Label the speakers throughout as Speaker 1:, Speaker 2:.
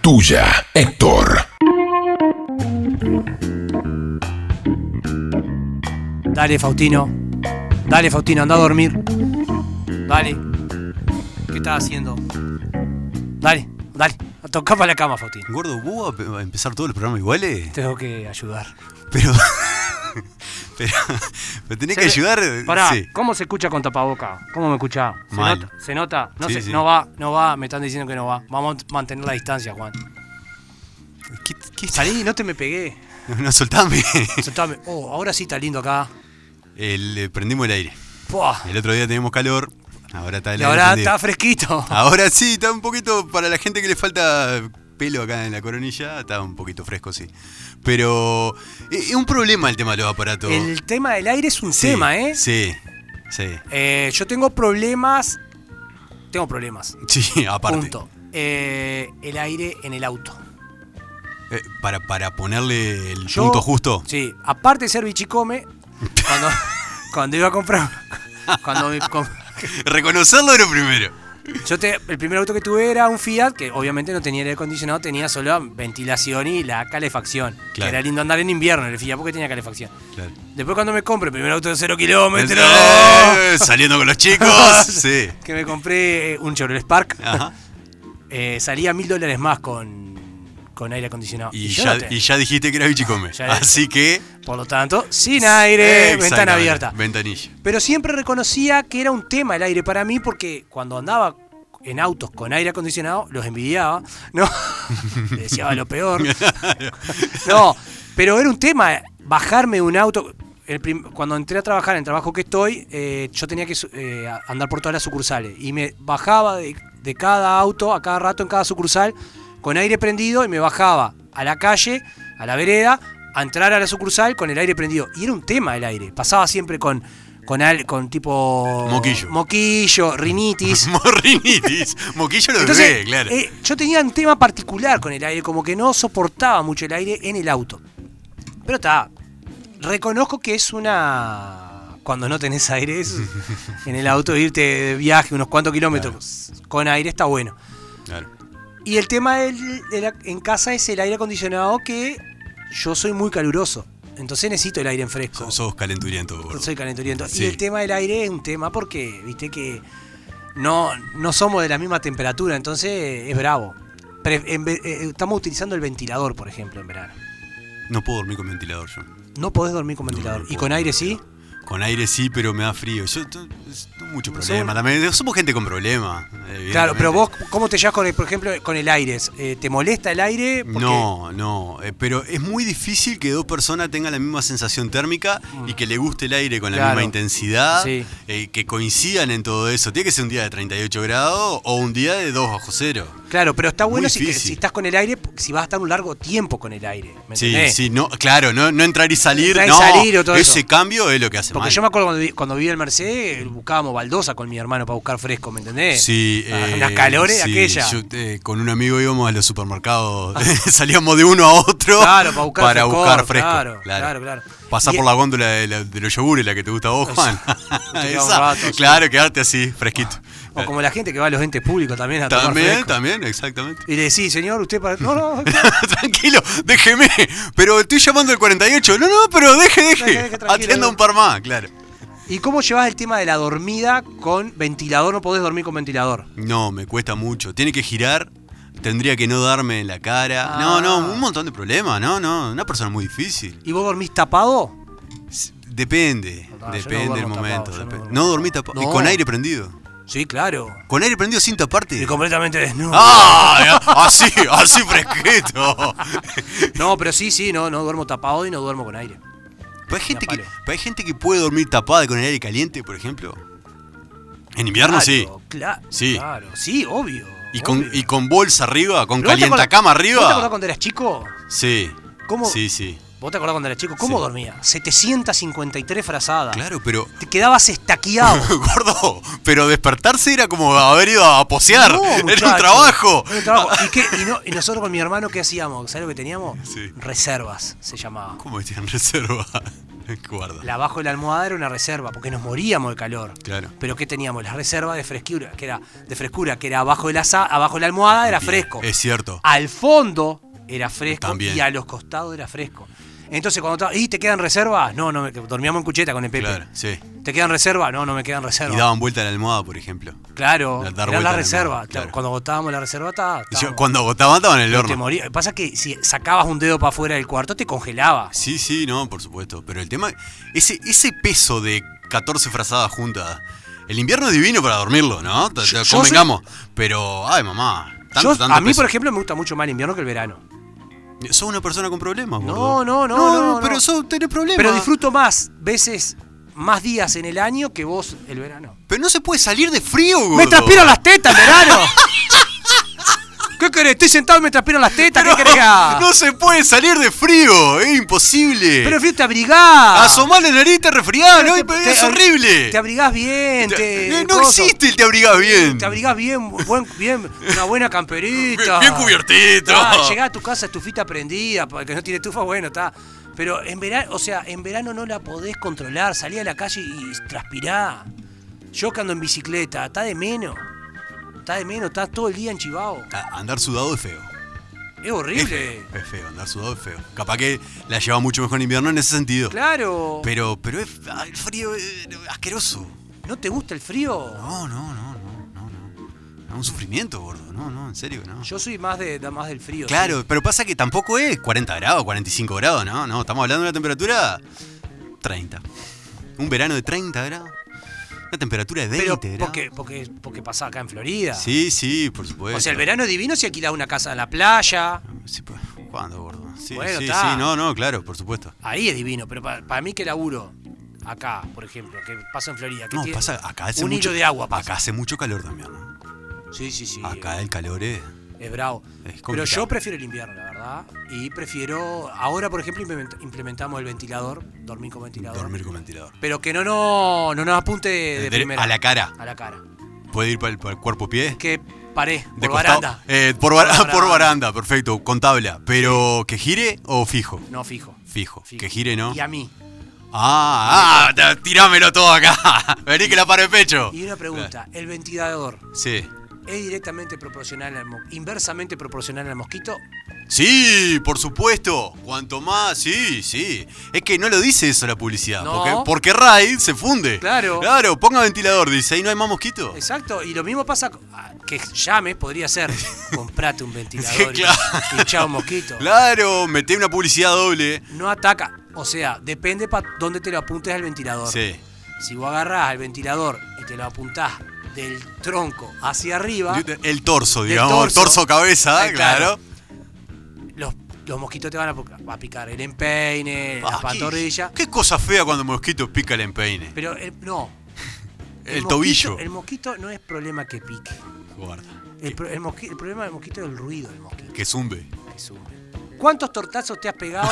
Speaker 1: tuya, Héctor.
Speaker 2: Dale, Faustino. Dale, Faustino, anda a dormir. Dale. ¿Qué estás haciendo? Dale, dale. Toca para la cama, Faustino.
Speaker 3: Gordo, ¿vos vas a empezar todo el programa iguales?
Speaker 2: Tengo que ayudar.
Speaker 3: Pero. pero, pero tenés
Speaker 2: Se
Speaker 3: que
Speaker 2: ve-
Speaker 3: ayudar. eh,
Speaker 2: Pará,
Speaker 3: sí.
Speaker 2: ¿cómo se escucha con tapaboca? ¿Cómo me escuchá? ¿Se
Speaker 3: Mal.
Speaker 2: nota? ¿Se nota? No,
Speaker 3: Sí,
Speaker 2: se-
Speaker 3: sí.
Speaker 2: no va, no va, me están diciendo que no va. Vamos a mantener la distancia, Juan.
Speaker 3: ¿Qué, qué-
Speaker 2: Salí, no te me pegué.
Speaker 3: No, no, soltame.
Speaker 2: Soltame. Oh, ahora sí está lindo acá.
Speaker 3: El, eh, prendimos el aire.
Speaker 2: Puah.
Speaker 3: El otro día teníamos calor. Ahora está el
Speaker 2: Y
Speaker 3: aire
Speaker 2: ahora
Speaker 3: prendido.
Speaker 2: está fresquito.
Speaker 3: Ahora sí, está un poquito. Para la gente que le falta pelo acá en la coronilla, está un poquito fresco, sí. Pero. eh, Es es un problema el tema de los aparatos.
Speaker 2: El tema del aire es un
Speaker 3: Sí,
Speaker 2: tema, ¿eh?
Speaker 3: Sí, sí.
Speaker 2: Eh, Yo tengo problemas. Tengo problemas.
Speaker 3: Sí, aparte.
Speaker 2: Punto. Eh, el aire en el auto.
Speaker 3: Eh, para, para ponerle el
Speaker 2: Yo-
Speaker 3: punto justo.
Speaker 2: Sí, aparte de ser bichicome, cuando, cuando iba a comprar. Cuando me com-
Speaker 3: Reconocerlo era primero.
Speaker 2: yo te, el primer auto que tuve era un Fiat, que obviamente no tenía aire acondicionado, tenía solo ventilación y la calefacción. Que
Speaker 3: Claro.
Speaker 2: era lindo andar en invierno el Fiat porque tenía calefacción.
Speaker 3: Claro.
Speaker 2: Después cuando me compré el primer auto de cero kilómetros,
Speaker 3: Eh, Saliendo con los chicos. sí.
Speaker 2: que me compré eh, un Chevrolet Spark,
Speaker 3: Ajá.
Speaker 2: eh, salía mil dólares más con, con aire acondicionado.
Speaker 3: Y,
Speaker 2: Y yo
Speaker 3: ya,
Speaker 2: no te-
Speaker 3: y ya dijiste que era bichicome.
Speaker 2: Ya era-
Speaker 3: Así que.
Speaker 2: Por lo tanto, sin aire, ventana
Speaker 3: Exactamente,
Speaker 2: abierta.
Speaker 3: Ventanilla.
Speaker 2: Pero siempre reconocía que era un tema el aire para mí porque cuando andaba en autos con aire acondicionado los envidiaba, ¿no? Le decía "Ah, lo peor. No, pero era un tema bajarme de un auto. El prim- cuando entré a trabajar en el trabajo que estoy, eh, yo tenía que su- eh, a- andar por todas las sucursales y me bajaba de, de cada auto a cada rato en cada sucursal con aire prendido y me bajaba a la calle, a la vereda, a entrar a la sucursal con el aire prendido. Y era un tema el aire. Pasaba siempre con, con, al- con tipo...
Speaker 3: Moquillo.
Speaker 2: Moquillo, rinitis.
Speaker 3: Morrinitis. Moquillo lo
Speaker 2: Entonces,
Speaker 3: bebé, claro.
Speaker 2: eh, yo tenía un tema particular con el aire, como que no soportaba mucho el aire en el auto. Pero está, reconozco que es una... Cuando no tenés aire es- en el auto, irte de viaje unos cuantos kilómetros con aire está bueno.
Speaker 3: Claro.
Speaker 2: Y el tema del- de la- en casa es el aire acondicionado que yo soy muy caluroso. Entonces necesito el aire en fresco.
Speaker 3: Sos, sos calenturiento, gordo.
Speaker 2: Soy calenturiento.
Speaker 3: Sí.
Speaker 2: Y el tema del aire es un tema porque, viste, que no, no somos de la misma temperatura, entonces eh, es bravo. Pre- en ve- eh, estamos utilizando el ventilador, por ejemplo, en verano.
Speaker 3: No puedo dormir con ventilador yo.
Speaker 2: No podés dormir con
Speaker 3: No,
Speaker 2: ventilador.
Speaker 3: no
Speaker 2: ¿Y
Speaker 3: puedo
Speaker 2: con aire sí?
Speaker 3: Con aire sí, pero me da frío. Yo t- es- tengo mucho
Speaker 2: Somos-
Speaker 3: problema. También somos gente con problemas.
Speaker 2: Claro,
Speaker 3: evidentemente.
Speaker 2: pero vos, ¿cómo te llevas, con el- por ejemplo, con el aire? Eh, ¿Te molesta el aire? Porque-
Speaker 3: No, no, eh, pero es muy difícil que dos personas tengan la misma sensación térmica y que le guste el aire con la
Speaker 2: Mm. Claro.
Speaker 3: misma intensidad,
Speaker 2: Sí.
Speaker 3: eh, que coincidan en todo eso. Tiene que ser un día de 38 grados o un día de 2 bajo cero.
Speaker 2: Claro, pero está
Speaker 3: Muy
Speaker 2: bueno si, que-
Speaker 3: difícil.
Speaker 2: si estás con el aire, si vas a estar un largo tiempo con el aire. ¿me
Speaker 3: Sí,
Speaker 2: entendés?
Speaker 3: sí, no, claro, no, no entrar y salir,
Speaker 2: Entrar y
Speaker 3: no,
Speaker 2: salir o todo
Speaker 3: ese
Speaker 2: eso.
Speaker 3: cambio es lo que hace
Speaker 2: Porque
Speaker 3: mal.
Speaker 2: yo me acuerdo cuando, vi- cuando vivía en Mercedes, buscábamos baldosa con mi hermano para buscar fresco, ¿me entendés?
Speaker 3: Sí,
Speaker 2: Ah,
Speaker 3: eh,
Speaker 2: unas calores
Speaker 3: sí,
Speaker 2: aquella.
Speaker 3: yo, eh, con un amigo íbamos a los supermercados, eh, salíamos de uno a otro
Speaker 2: Claro, para buscar frescor,
Speaker 3: buscar fresco.
Speaker 2: claro, claro, claro.
Speaker 3: Pasá
Speaker 2: Y- e-
Speaker 3: por la góndola de, la- de los yogures, la que te gusta a vos, Juan.
Speaker 2: te queda un
Speaker 3: Esa,
Speaker 2: rato, sí.
Speaker 3: claro, quedarte así, fresquito. Eh,
Speaker 2: O como la gente que va a los entes públicos también a tomar
Speaker 3: También,
Speaker 2: fresco.
Speaker 3: también, exactamente.
Speaker 2: Y le decís, señor, usted para. No, no, no,
Speaker 3: Tranquilo, déjeme. Pero estoy llamando al 48. No, no, pero deje,
Speaker 2: Deje,
Speaker 3: deje.
Speaker 2: deje, tranquilo.
Speaker 3: Atienda un par más, claro.
Speaker 2: ¿Y cómo llevas el tema de la dormida con ventilador? No podés dormir con ventilador.
Speaker 3: No, me cuesta mucho. Tiene que girar. Tendría que no darme en la cara.
Speaker 2: Ah.
Speaker 3: No, no, un montón de problemas. No, no, una persona muy difícil.
Speaker 2: ¿Y vos dormís tapado?
Speaker 3: S- Depende,
Speaker 2: No, no, Ah, yo
Speaker 3: depende
Speaker 2: no
Speaker 3: del
Speaker 2: duermo
Speaker 3: momento.
Speaker 2: tapado, yo no
Speaker 3: depende.
Speaker 2: duermo
Speaker 3: no dormí
Speaker 2: tapado.
Speaker 3: tapado. Y
Speaker 2: No.
Speaker 3: con aire prendido.
Speaker 2: Sí, claro.
Speaker 3: Con aire prendido sin taparte.
Speaker 2: Y completamente desnudo.
Speaker 3: ¡Ah! Así, así fresquito.
Speaker 2: No, pero sí, sí, no, no duermo tapado y no duermo con aire.
Speaker 3: Pero hay, gente que,
Speaker 2: palo.
Speaker 3: pero hay gente que puede dormir tapada con el aire caliente, por ejemplo. En invierno sí.
Speaker 2: Claro,
Speaker 3: Sí.
Speaker 2: Claro, sí, obvio.
Speaker 3: Y con,
Speaker 2: obvio.
Speaker 3: y con bolsa arriba, con
Speaker 2: Pero vos te acordás-
Speaker 3: cama
Speaker 2: ¿Vos te acordás
Speaker 3: arriba.
Speaker 2: cuando eras chico?
Speaker 3: Sí.
Speaker 2: ¿Cómo?
Speaker 3: Sí, sí.
Speaker 2: ¿Vos te acordás cuando eras chico? ¿Cómo
Speaker 3: Sí.
Speaker 2: dormía? 753 frazadas.
Speaker 3: Claro, pero
Speaker 2: Te quedabas estaqueado.
Speaker 3: Gordo, pero despertarse era como haber ido a posear.
Speaker 2: No,
Speaker 3: era un
Speaker 2: muchacho.
Speaker 3: trabajo.
Speaker 2: Era un trabajo. ¿Y, qué? ¿Y no- y nosotros con mi hermano qué hacíamos? ¿Sabes lo que teníamos?
Speaker 3: Sí. Ah,
Speaker 2: Reservas se llamaba.
Speaker 3: ¿Cómo que tienen reserva? Guarda.
Speaker 2: La bajo de la almohada era una reserva, porque nos moríamos de calor.
Speaker 3: Claro.
Speaker 2: Pero ¿qué teníamos? La reserva de frescura, que era de frescura, que era abajo de la, sa- abajo de la almohada Ah, era
Speaker 3: Y-
Speaker 2: fresco. Ah,
Speaker 3: Es cierto.
Speaker 2: Al fondo era fresco
Speaker 3: También.
Speaker 2: y a los costados era fresco. Entonces cuando estaba, ¿y te quedan reservas? No, no, me- dormíamos en cucheta con el Pepe.
Speaker 3: Claro, sí.
Speaker 2: ¿Te quedan reservas? No, no me quedan reservas.
Speaker 3: Y daban vuelta a la almohada, por ejemplo.
Speaker 2: Claro,
Speaker 3: Dar
Speaker 2: era
Speaker 3: vuelta
Speaker 2: la
Speaker 3: a la
Speaker 2: reserva.
Speaker 3: almohada, claro.
Speaker 2: Cuando agotábamos la reserva, ta-
Speaker 3: Yo,
Speaker 2: estábamos-
Speaker 3: cuando agotaban, estaban en el
Speaker 2: te
Speaker 3: horno.
Speaker 2: moría. Pasa que si sacabas un dedo para afuera del cuarto, te congelaba.
Speaker 3: Sí, sí, no, por supuesto. Pero el tema. Ese, ese peso de 14 frazadas juntas. El invierno es divino para dormirlo, ¿no? Te- te-
Speaker 2: Yo- yo soy-
Speaker 3: convengamos. Pero, ay, mamá. Tanto,
Speaker 2: Yo-
Speaker 3: tanto
Speaker 2: a mí,
Speaker 3: peso.
Speaker 2: por ejemplo, me gusta mucho más el invierno que el verano.
Speaker 3: Sos una persona con problemas,
Speaker 2: No,
Speaker 3: boludo.
Speaker 2: no, no, no, no.
Speaker 3: pero sos, tenés problemas.
Speaker 2: Pero disfruto más veces, más días en el año que vos el verano.
Speaker 3: Pero no se puede salir de frío, gordo.
Speaker 2: ¡Me transpiran las tetas en verano! ¿Qué querés? Estoy sentado y me transpiran las tetas. ¿Qué querés que haga?
Speaker 3: No se puede salir de frío, es imposible.
Speaker 2: Pero frío te abrigás.
Speaker 3: Asomar la nariz te resfriás,
Speaker 2: Pero
Speaker 3: ¿no?
Speaker 2: te- te-
Speaker 3: es horrible.
Speaker 2: Te abrigás bien.
Speaker 3: Te-
Speaker 2: Te,
Speaker 3: no
Speaker 2: coso.
Speaker 3: existe el te abrigás bien.
Speaker 2: Te abrigás bien, buen, bien, una buena
Speaker 3: Bien-
Speaker 2: camperita.
Speaker 3: bien cubiertito.
Speaker 2: Ah, llegás a tu casa, estufita prendida, para el que no tiene estufa, bueno, está. Pero en verano, o sea, en verano no la podés controlar, salí a la calle y transpirá. Yo que ando en bicicleta, está de menos. Está de menos, está todo el día enchivado.
Speaker 3: A- Ah, Andar sudado es feo.
Speaker 2: Es
Speaker 3: Es
Speaker 2: horrible.
Speaker 3: feo, es feo, andar sudado es feo. Capaz que la lleva mucho mejor en invierno en ese sentido.
Speaker 2: Claro.
Speaker 3: Pero, pero es, ah, el frío es asqueroso.
Speaker 2: ¿No te gusta el frío?
Speaker 3: No, no, no, no, no, no. Es un sufrimiento, gordo. No, no, en serio, no.
Speaker 2: Yo soy más de da- más del frío.
Speaker 3: Claro, pero pasa que tampoco es 40 grados, 45 grados, no, no, estamos hablando de una temperatura 30. Un verano de 30 grados. Una temperatura de
Speaker 2: sí.
Speaker 3: 20
Speaker 2: Pero
Speaker 3: grados.
Speaker 2: porque, porque, porque pasa acá en Florida.
Speaker 3: Sí, sí, por supuesto.
Speaker 2: O sea, el verano es divino si alquilás una casa en la playa.
Speaker 3: Sí, pues, ¿Cuándo, gordo? Sí,
Speaker 2: Bueno,
Speaker 3: sí,
Speaker 2: está.
Speaker 3: sí, no, no, claro, por supuesto.
Speaker 2: Ahí es divino, pero para, para mí que laburo acá, por ejemplo, que pasa en Florida, que
Speaker 3: No,
Speaker 2: tiene
Speaker 3: pasa acá hace
Speaker 2: un
Speaker 3: mucho
Speaker 2: hilo de agua. pasa.
Speaker 3: Acá hace mucho calor también. ¿no?
Speaker 2: Sí, sí, sí.
Speaker 3: Acá el calor es
Speaker 2: Es bravo.
Speaker 3: es
Speaker 2: Pero
Speaker 3: complicado.
Speaker 2: yo prefiero el invierno, la verdad. Y prefiero, ahora por ejemplo, implement- implementamos el ventilador, dormir con ventilador.
Speaker 3: dormir con ventilador. Eh,
Speaker 2: Pero que no, no, no nos apunte de,
Speaker 3: De-
Speaker 2: primera.
Speaker 3: a la cara.
Speaker 2: A la cara.
Speaker 3: Puede ir para el, cuerpo pie.
Speaker 2: Que paré,
Speaker 3: De
Speaker 2: por
Speaker 3: costado.
Speaker 2: baranda.
Speaker 3: Eh, por, bar-
Speaker 2: Por baranda.
Speaker 3: por baranda, perfecto, con tabla. Pero que gire o fijo.
Speaker 2: No, fijo.
Speaker 3: Fijo.
Speaker 2: Fijo.
Speaker 3: Que gire, ¿no?
Speaker 2: Y a mí.
Speaker 3: Ah, ah, ta- tirámelo todo acá. Vení que la paro de pecho.
Speaker 2: Y una pregunta, ¿el ventilador
Speaker 3: Sí.
Speaker 2: es directamente proporcional al mo- inversamente proporcional al mosquito?
Speaker 3: Sí, por supuesto. Cuanto más, sí, sí. Es que no lo dice eso la publicidad.
Speaker 2: No.
Speaker 3: Porque, porque Raid se funde.
Speaker 2: Claro.
Speaker 3: Claro, ponga ventilador, dice. Ahí no hay más mosquito.
Speaker 2: Exacto, y lo mismo pasa co- ah, que llames, podría ser, comprate un ventilador
Speaker 3: Sí, claro.
Speaker 2: y hinchá un mosquito.
Speaker 3: Claro, meté una publicidad doble.
Speaker 2: No ataca, o sea, depende para dónde te lo apuntes al ventilador.
Speaker 3: Sí.
Speaker 2: Si vos agarrás al ventilador y te lo apuntás del tronco hacia arriba,
Speaker 3: El torso,
Speaker 2: Ah. Del
Speaker 3: digamos.
Speaker 2: torso.
Speaker 3: Torso, cabeza,
Speaker 2: Ay, claro.
Speaker 3: claro.
Speaker 2: los, los mosquitos te van a, pica- a picar el empeine,
Speaker 3: Ah,
Speaker 2: la
Speaker 3: qué-
Speaker 2: pantorrilla.
Speaker 3: Qué, cosa fea cuando el mosquito pica el empeine.
Speaker 2: Pero el- no.
Speaker 3: El,
Speaker 2: mosquito-
Speaker 3: tobillo.
Speaker 2: El mosquito no es problema que pique.
Speaker 3: Guarda.
Speaker 2: El, pro- el mosqui- el problema del mosquito es el ruido del mosquito.
Speaker 3: Que zumbe.
Speaker 2: que zumbe. ¿Cuántos tortazos te has pegado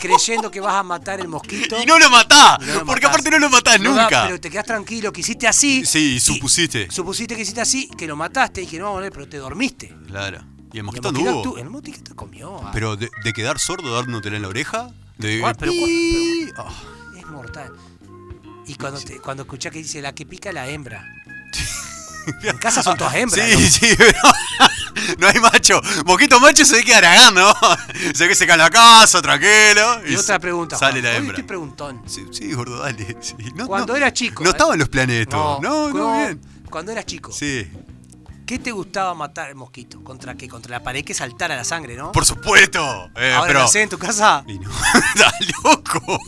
Speaker 2: creyendo que vas a matar el mosquito?
Speaker 3: Y no lo matás.
Speaker 2: Y no lo
Speaker 3: porque
Speaker 2: matás.
Speaker 3: aparte no lo matás
Speaker 2: No da,
Speaker 3: nunca.
Speaker 2: pero te quedas tranquilo, que hiciste así.
Speaker 3: Sí,
Speaker 2: y-
Speaker 3: y supusiste.
Speaker 2: supusiste que hiciste así, que lo mataste y que no va a volver, pero te dormiste.
Speaker 3: Claro. Y el
Speaker 2: Y el
Speaker 3: mosquito no
Speaker 2: mosquito
Speaker 3: hubo.
Speaker 2: actú- El mosquito comió. ah,
Speaker 3: Pero de, de quedar sordo dándotela en la oreja, de
Speaker 2: ¿Cuál? Pero, ¿cuál?
Speaker 3: ¡Pi! Ah,
Speaker 2: Es mortal. Y cuando, te, cuando escuchás que dice la que pica la hembra. en casa son todas hembras.
Speaker 3: Sí, sí, pero no hay macho. Mosquito macho se ve que haragán, ¿no? Se ve que se cae la casa, tranquilo.
Speaker 2: ¿no? Y otra pregunta. Juan,
Speaker 3: Sale la
Speaker 2: hoy
Speaker 3: hembra.
Speaker 2: estoy preguntón.
Speaker 3: Sí, sí, gordo, dale. sí. No,
Speaker 2: Cuando
Speaker 3: no-
Speaker 2: eras chico,
Speaker 3: No
Speaker 2: ¿eh?
Speaker 3: estaban los planes esto. No, no,
Speaker 2: ¿cómo?
Speaker 3: bien.
Speaker 2: Cuando eras chico,
Speaker 3: Sí.
Speaker 2: ¿qué te gustaba matar el mosquito? ¿Contra qué? Contra la pared que saltara la sangre, ¿no?
Speaker 3: Por supuesto. Eh,
Speaker 2: Ahora
Speaker 3: pero.
Speaker 2: lo sé en tu casa.
Speaker 3: Y no. Está loco.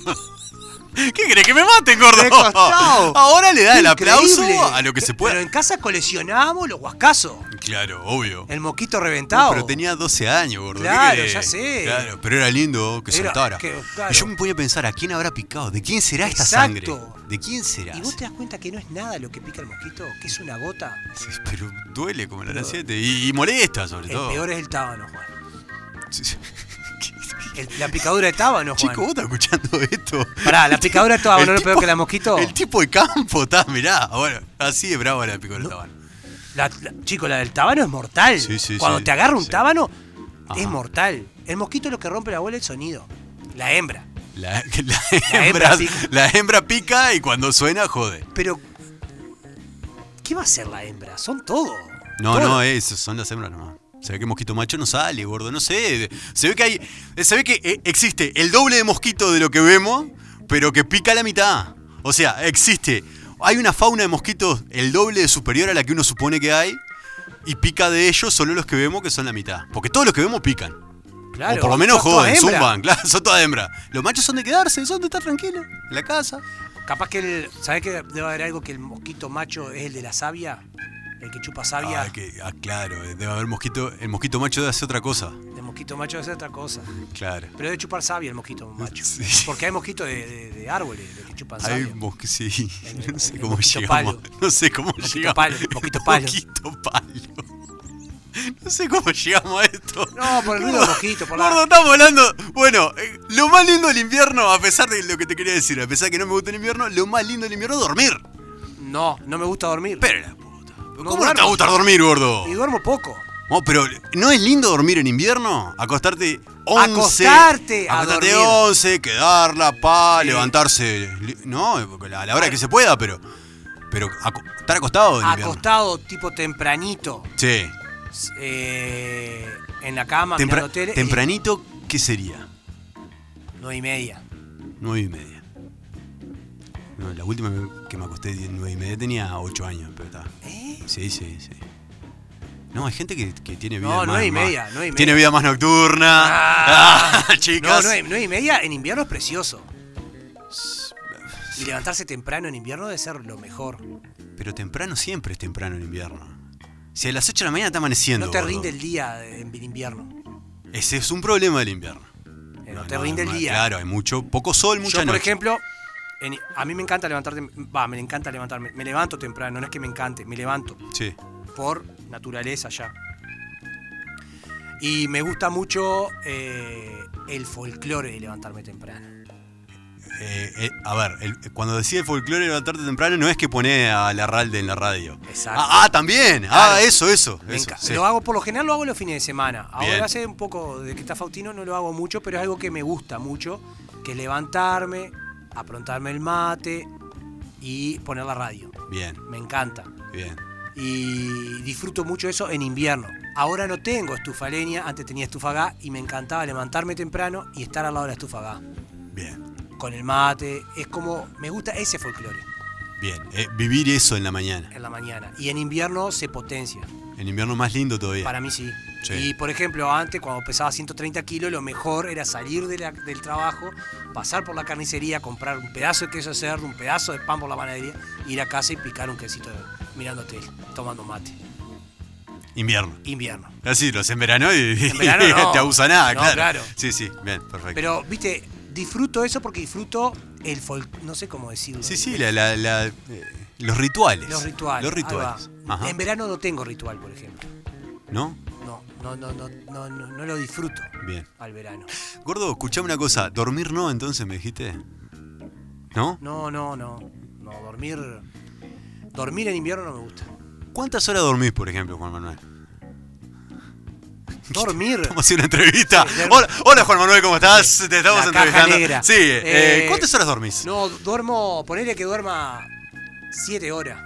Speaker 3: ¿Qué querés que me maten, gordo?
Speaker 2: De costado.
Speaker 3: Ahora le da el aplauso
Speaker 2: Increíble.
Speaker 3: a lo que se pueda.
Speaker 2: Pero en casa coleccionábamos los huascazos.
Speaker 3: Claro, obvio.
Speaker 2: El mosquito
Speaker 3: No,
Speaker 2: reventado.
Speaker 3: pero tenía 12 años, gordo. ¿qué
Speaker 2: Claro,
Speaker 3: querés?
Speaker 2: ya sé.
Speaker 3: Claro, pero era lindo que
Speaker 2: Era-
Speaker 3: saltara.
Speaker 2: que- claro.
Speaker 3: Y yo me ponía a pensar, ¿a quién habrá picado? ¿De quién será esta
Speaker 2: Exacto.
Speaker 3: sangre? ¿De quién será?
Speaker 2: ¿Y vos te das cuenta que no es nada lo que pica el mosquito? ¿Que es una gota?
Speaker 3: Sí, Pero duele como la 7 y, y molesta, sobre
Speaker 2: El
Speaker 3: todo.
Speaker 2: peor es el tábano, Juan.
Speaker 3: Sí, sí.
Speaker 2: El- la picadura de tábano, Juan.
Speaker 3: Chico, ¿vos estás escuchando esto?
Speaker 2: Pará, la picadura de tábano
Speaker 3: El
Speaker 2: no es peor
Speaker 3: tipo-
Speaker 2: que la mosquito.
Speaker 3: El tipo de campo, está, mirá. Bueno, así de brava la picadura de tábano.
Speaker 2: La, la- chico, la del tábano es mortal.
Speaker 3: Sí, sí,
Speaker 2: Cuando
Speaker 3: sí,
Speaker 2: te agarra un
Speaker 3: sí.
Speaker 2: tábano, es
Speaker 3: Ajá.
Speaker 2: mortal. El mosquito lo que rompe la bola es el sonido. La hembra.
Speaker 3: La, la hembra,
Speaker 2: La hembra pica.
Speaker 3: la hembra pica y cuando suena jode.
Speaker 2: Pero. ¿Qué va a hacer la hembra? Son todo.
Speaker 3: No, eh,
Speaker 2: Todo.
Speaker 3: no, eso, son las hembras nomás. Se ve que mosquito macho no sale, gordo, no sé. Se ve que hay. Se ve que eh, existe el doble de mosquito de lo que vemos, pero que pica la mitad. O sea, existe. Hay una fauna de mosquitos el doble de superior a la que uno supone que hay. Y pica de ellos solo los que vemos, que son la mitad. Porque todos los que vemos pican.
Speaker 2: Claro,
Speaker 3: o por lo menos
Speaker 2: son todas
Speaker 3: joden,
Speaker 2: hembras.
Speaker 3: zumban, claro, son todas hembras. Los machos son de quedarse, son de estar tranquilos, en la casa.
Speaker 2: Capaz que el. ¿Sabés que debe haber algo que el mosquito macho es el de la savia? El que chupa savia.
Speaker 3: Ah, que- ah, claro, debe haber mosquito. El mosquito macho debe hacer otra cosa.
Speaker 2: El mosquito macho es otra cosa.
Speaker 3: Claro.
Speaker 2: Pero debe chupar savia el mosquito macho.
Speaker 3: Sí.
Speaker 2: Porque hay mosquitos de, de- de árboles de que chupan
Speaker 3: Hay
Speaker 2: savia.
Speaker 3: mosqu- sí,
Speaker 2: El-
Speaker 3: no sé
Speaker 2: el
Speaker 3: cómo
Speaker 2: mosquito
Speaker 3: llegamos.
Speaker 2: palo.
Speaker 3: No sé cómo llegamos.
Speaker 2: palo, mosquito palo.
Speaker 3: Mosquito palo. No sé cómo llegamos a esto.
Speaker 2: No, por el ruido del mosquito, por la-
Speaker 3: Gordo, estamos hablando. Bueno, eh, lo más lindo del invierno, a pesar de lo que te quería decir, a pesar que no me gusta el invierno, lo más lindo del invierno es dormir.
Speaker 2: No, no me gusta dormir.
Speaker 3: Pero la puta. ¿Cómo no, te
Speaker 2: duermo.
Speaker 3: va a gustar dormir, gordo?
Speaker 2: Y duermo poco.
Speaker 3: No, Oh, pero ¿no es lindo dormir en invierno? Acostarte 11.
Speaker 2: Acostarte a
Speaker 3: acostarte
Speaker 2: dormir.
Speaker 3: 11, quedarla, pa,
Speaker 2: Sí.
Speaker 3: levantarse. li- No, porque la- a la hora que se pueda, pero. Pero aco- estar acostado en invierno.
Speaker 2: Acostado, tipo tempranito.
Speaker 3: Sí.
Speaker 2: eh, en la cama,
Speaker 3: Tempra-
Speaker 2: mirando tele. eh.
Speaker 3: tempranito, ¿qué sería?
Speaker 2: Nueve y media.
Speaker 3: Nueve y media. No, la última vez que me acosté de nueve y media tenía 8 años, pero está.
Speaker 2: ¿Eh?
Speaker 3: Sí, sí, sí. No, hay gente que, que tiene vida
Speaker 2: No,
Speaker 3: más.
Speaker 2: nueve y
Speaker 3: más-
Speaker 2: media, nueve y
Speaker 3: Tiene
Speaker 2: media.
Speaker 3: vida más nocturna.
Speaker 2: Ah.
Speaker 3: Ah,
Speaker 2: No,
Speaker 3: chicas.
Speaker 2: nueve, nueve y media en invierno es precioso. Y levantarse temprano en invierno debe ser lo mejor.
Speaker 3: Pero temprano siempre es temprano en invierno. Si a las 8 de la mañana está amaneciendo.
Speaker 2: No te
Speaker 3: gordo.
Speaker 2: rinde el día en invierno.
Speaker 3: Ese es un problema del invierno.
Speaker 2: Eh, No, te rinde el
Speaker 3: no,
Speaker 2: día.
Speaker 3: Claro, hay mucho, poco sol, mucha
Speaker 2: Yo, por
Speaker 3: noche.
Speaker 2: ejemplo, en- a mí me encanta levantarme. Va, me encanta levantarme. Me levanto temprano, no es que me encante, me levanto.
Speaker 3: Sí.
Speaker 2: por naturaleza ya. Y me gusta mucho eh, el folclore de levantarme temprano.
Speaker 3: Eh, eh, a ver, el- cuando decía el folclore levantarte temprano, no es que pone a la RALDE en la radio.
Speaker 2: Exacto.
Speaker 3: Ah, ah, también. Ah, eso, eso.
Speaker 2: Me
Speaker 3: eso,
Speaker 2: enca-
Speaker 3: sí.
Speaker 2: Lo hago por lo general lo hago los fines de semana. Ahora
Speaker 3: Bien.
Speaker 2: hace un poco de que está Faustino no lo hago mucho, pero es algo que me gusta mucho, que es levantarme, aprontarme el mate y poner la radio.
Speaker 3: Bien,
Speaker 2: Me encanta.
Speaker 3: bien.
Speaker 2: Y disfruto mucho eso en invierno. Ahora no tengo estufa a leña, antes tenía estufa a gas y me encantaba levantarme temprano y estar al lado de la estufa a gas.
Speaker 3: Bien,
Speaker 2: con el mate. Es como, me gusta ese folclore
Speaker 3: bien. Eh, vivir eso en la mañana.
Speaker 2: en la mañana. Y en invierno se potencia.
Speaker 3: En invierno más lindo todavía.
Speaker 2: Para mí sí.
Speaker 3: Sí.
Speaker 2: Y por ejemplo, antes cuando pesaba 130 kilos, lo mejor era salir de la- del trabajo, pasar por la carnicería, comprar un pedazo de queso de cerdo, un pedazo de pan por la panadería, ir a casa y picar un quesito mirando tele, tomando mate.
Speaker 3: Invierno.
Speaker 2: Invierno.
Speaker 3: Así, los en verano y,
Speaker 2: verano no.
Speaker 3: te abusa nada,
Speaker 2: No,
Speaker 3: claro.
Speaker 2: claro.
Speaker 3: Sí, sí, bien, perfecto.
Speaker 2: Pero, viste, disfruto eso porque disfruto el folclore, no sé cómo decirlo.
Speaker 3: Sí, sí, la- la- la- eh, los rituales.
Speaker 2: Los rituales.
Speaker 3: Los
Speaker 2: ahí va.
Speaker 3: rituales. Ajá.
Speaker 2: En verano no tengo ritual, por ejemplo.
Speaker 3: ¿No?
Speaker 2: No, no, no, no, no, no, no lo disfruto
Speaker 3: Bien.
Speaker 2: al verano.
Speaker 3: Gordo, escuchame una cosa. ¿Dormir no entonces me dijiste? ¿No?
Speaker 2: No, no, no. No, dormir. Dormir en invierno no me gusta.
Speaker 3: ¿Cuántas horas dormís, por ejemplo, Juan Manuel?
Speaker 2: Dormir.
Speaker 3: Estamos haciendo una entrevista.
Speaker 2: Sí, dorm-
Speaker 3: Hola, hola, Juan Manuel, ¿cómo estás? Te estamos
Speaker 2: La caja
Speaker 3: entrevistando.
Speaker 2: negra.
Speaker 3: Sí, eh,
Speaker 2: Eh,
Speaker 3: ¿cuántas horas dormís?
Speaker 2: No, duermo. Ponele que duerma 7 horas.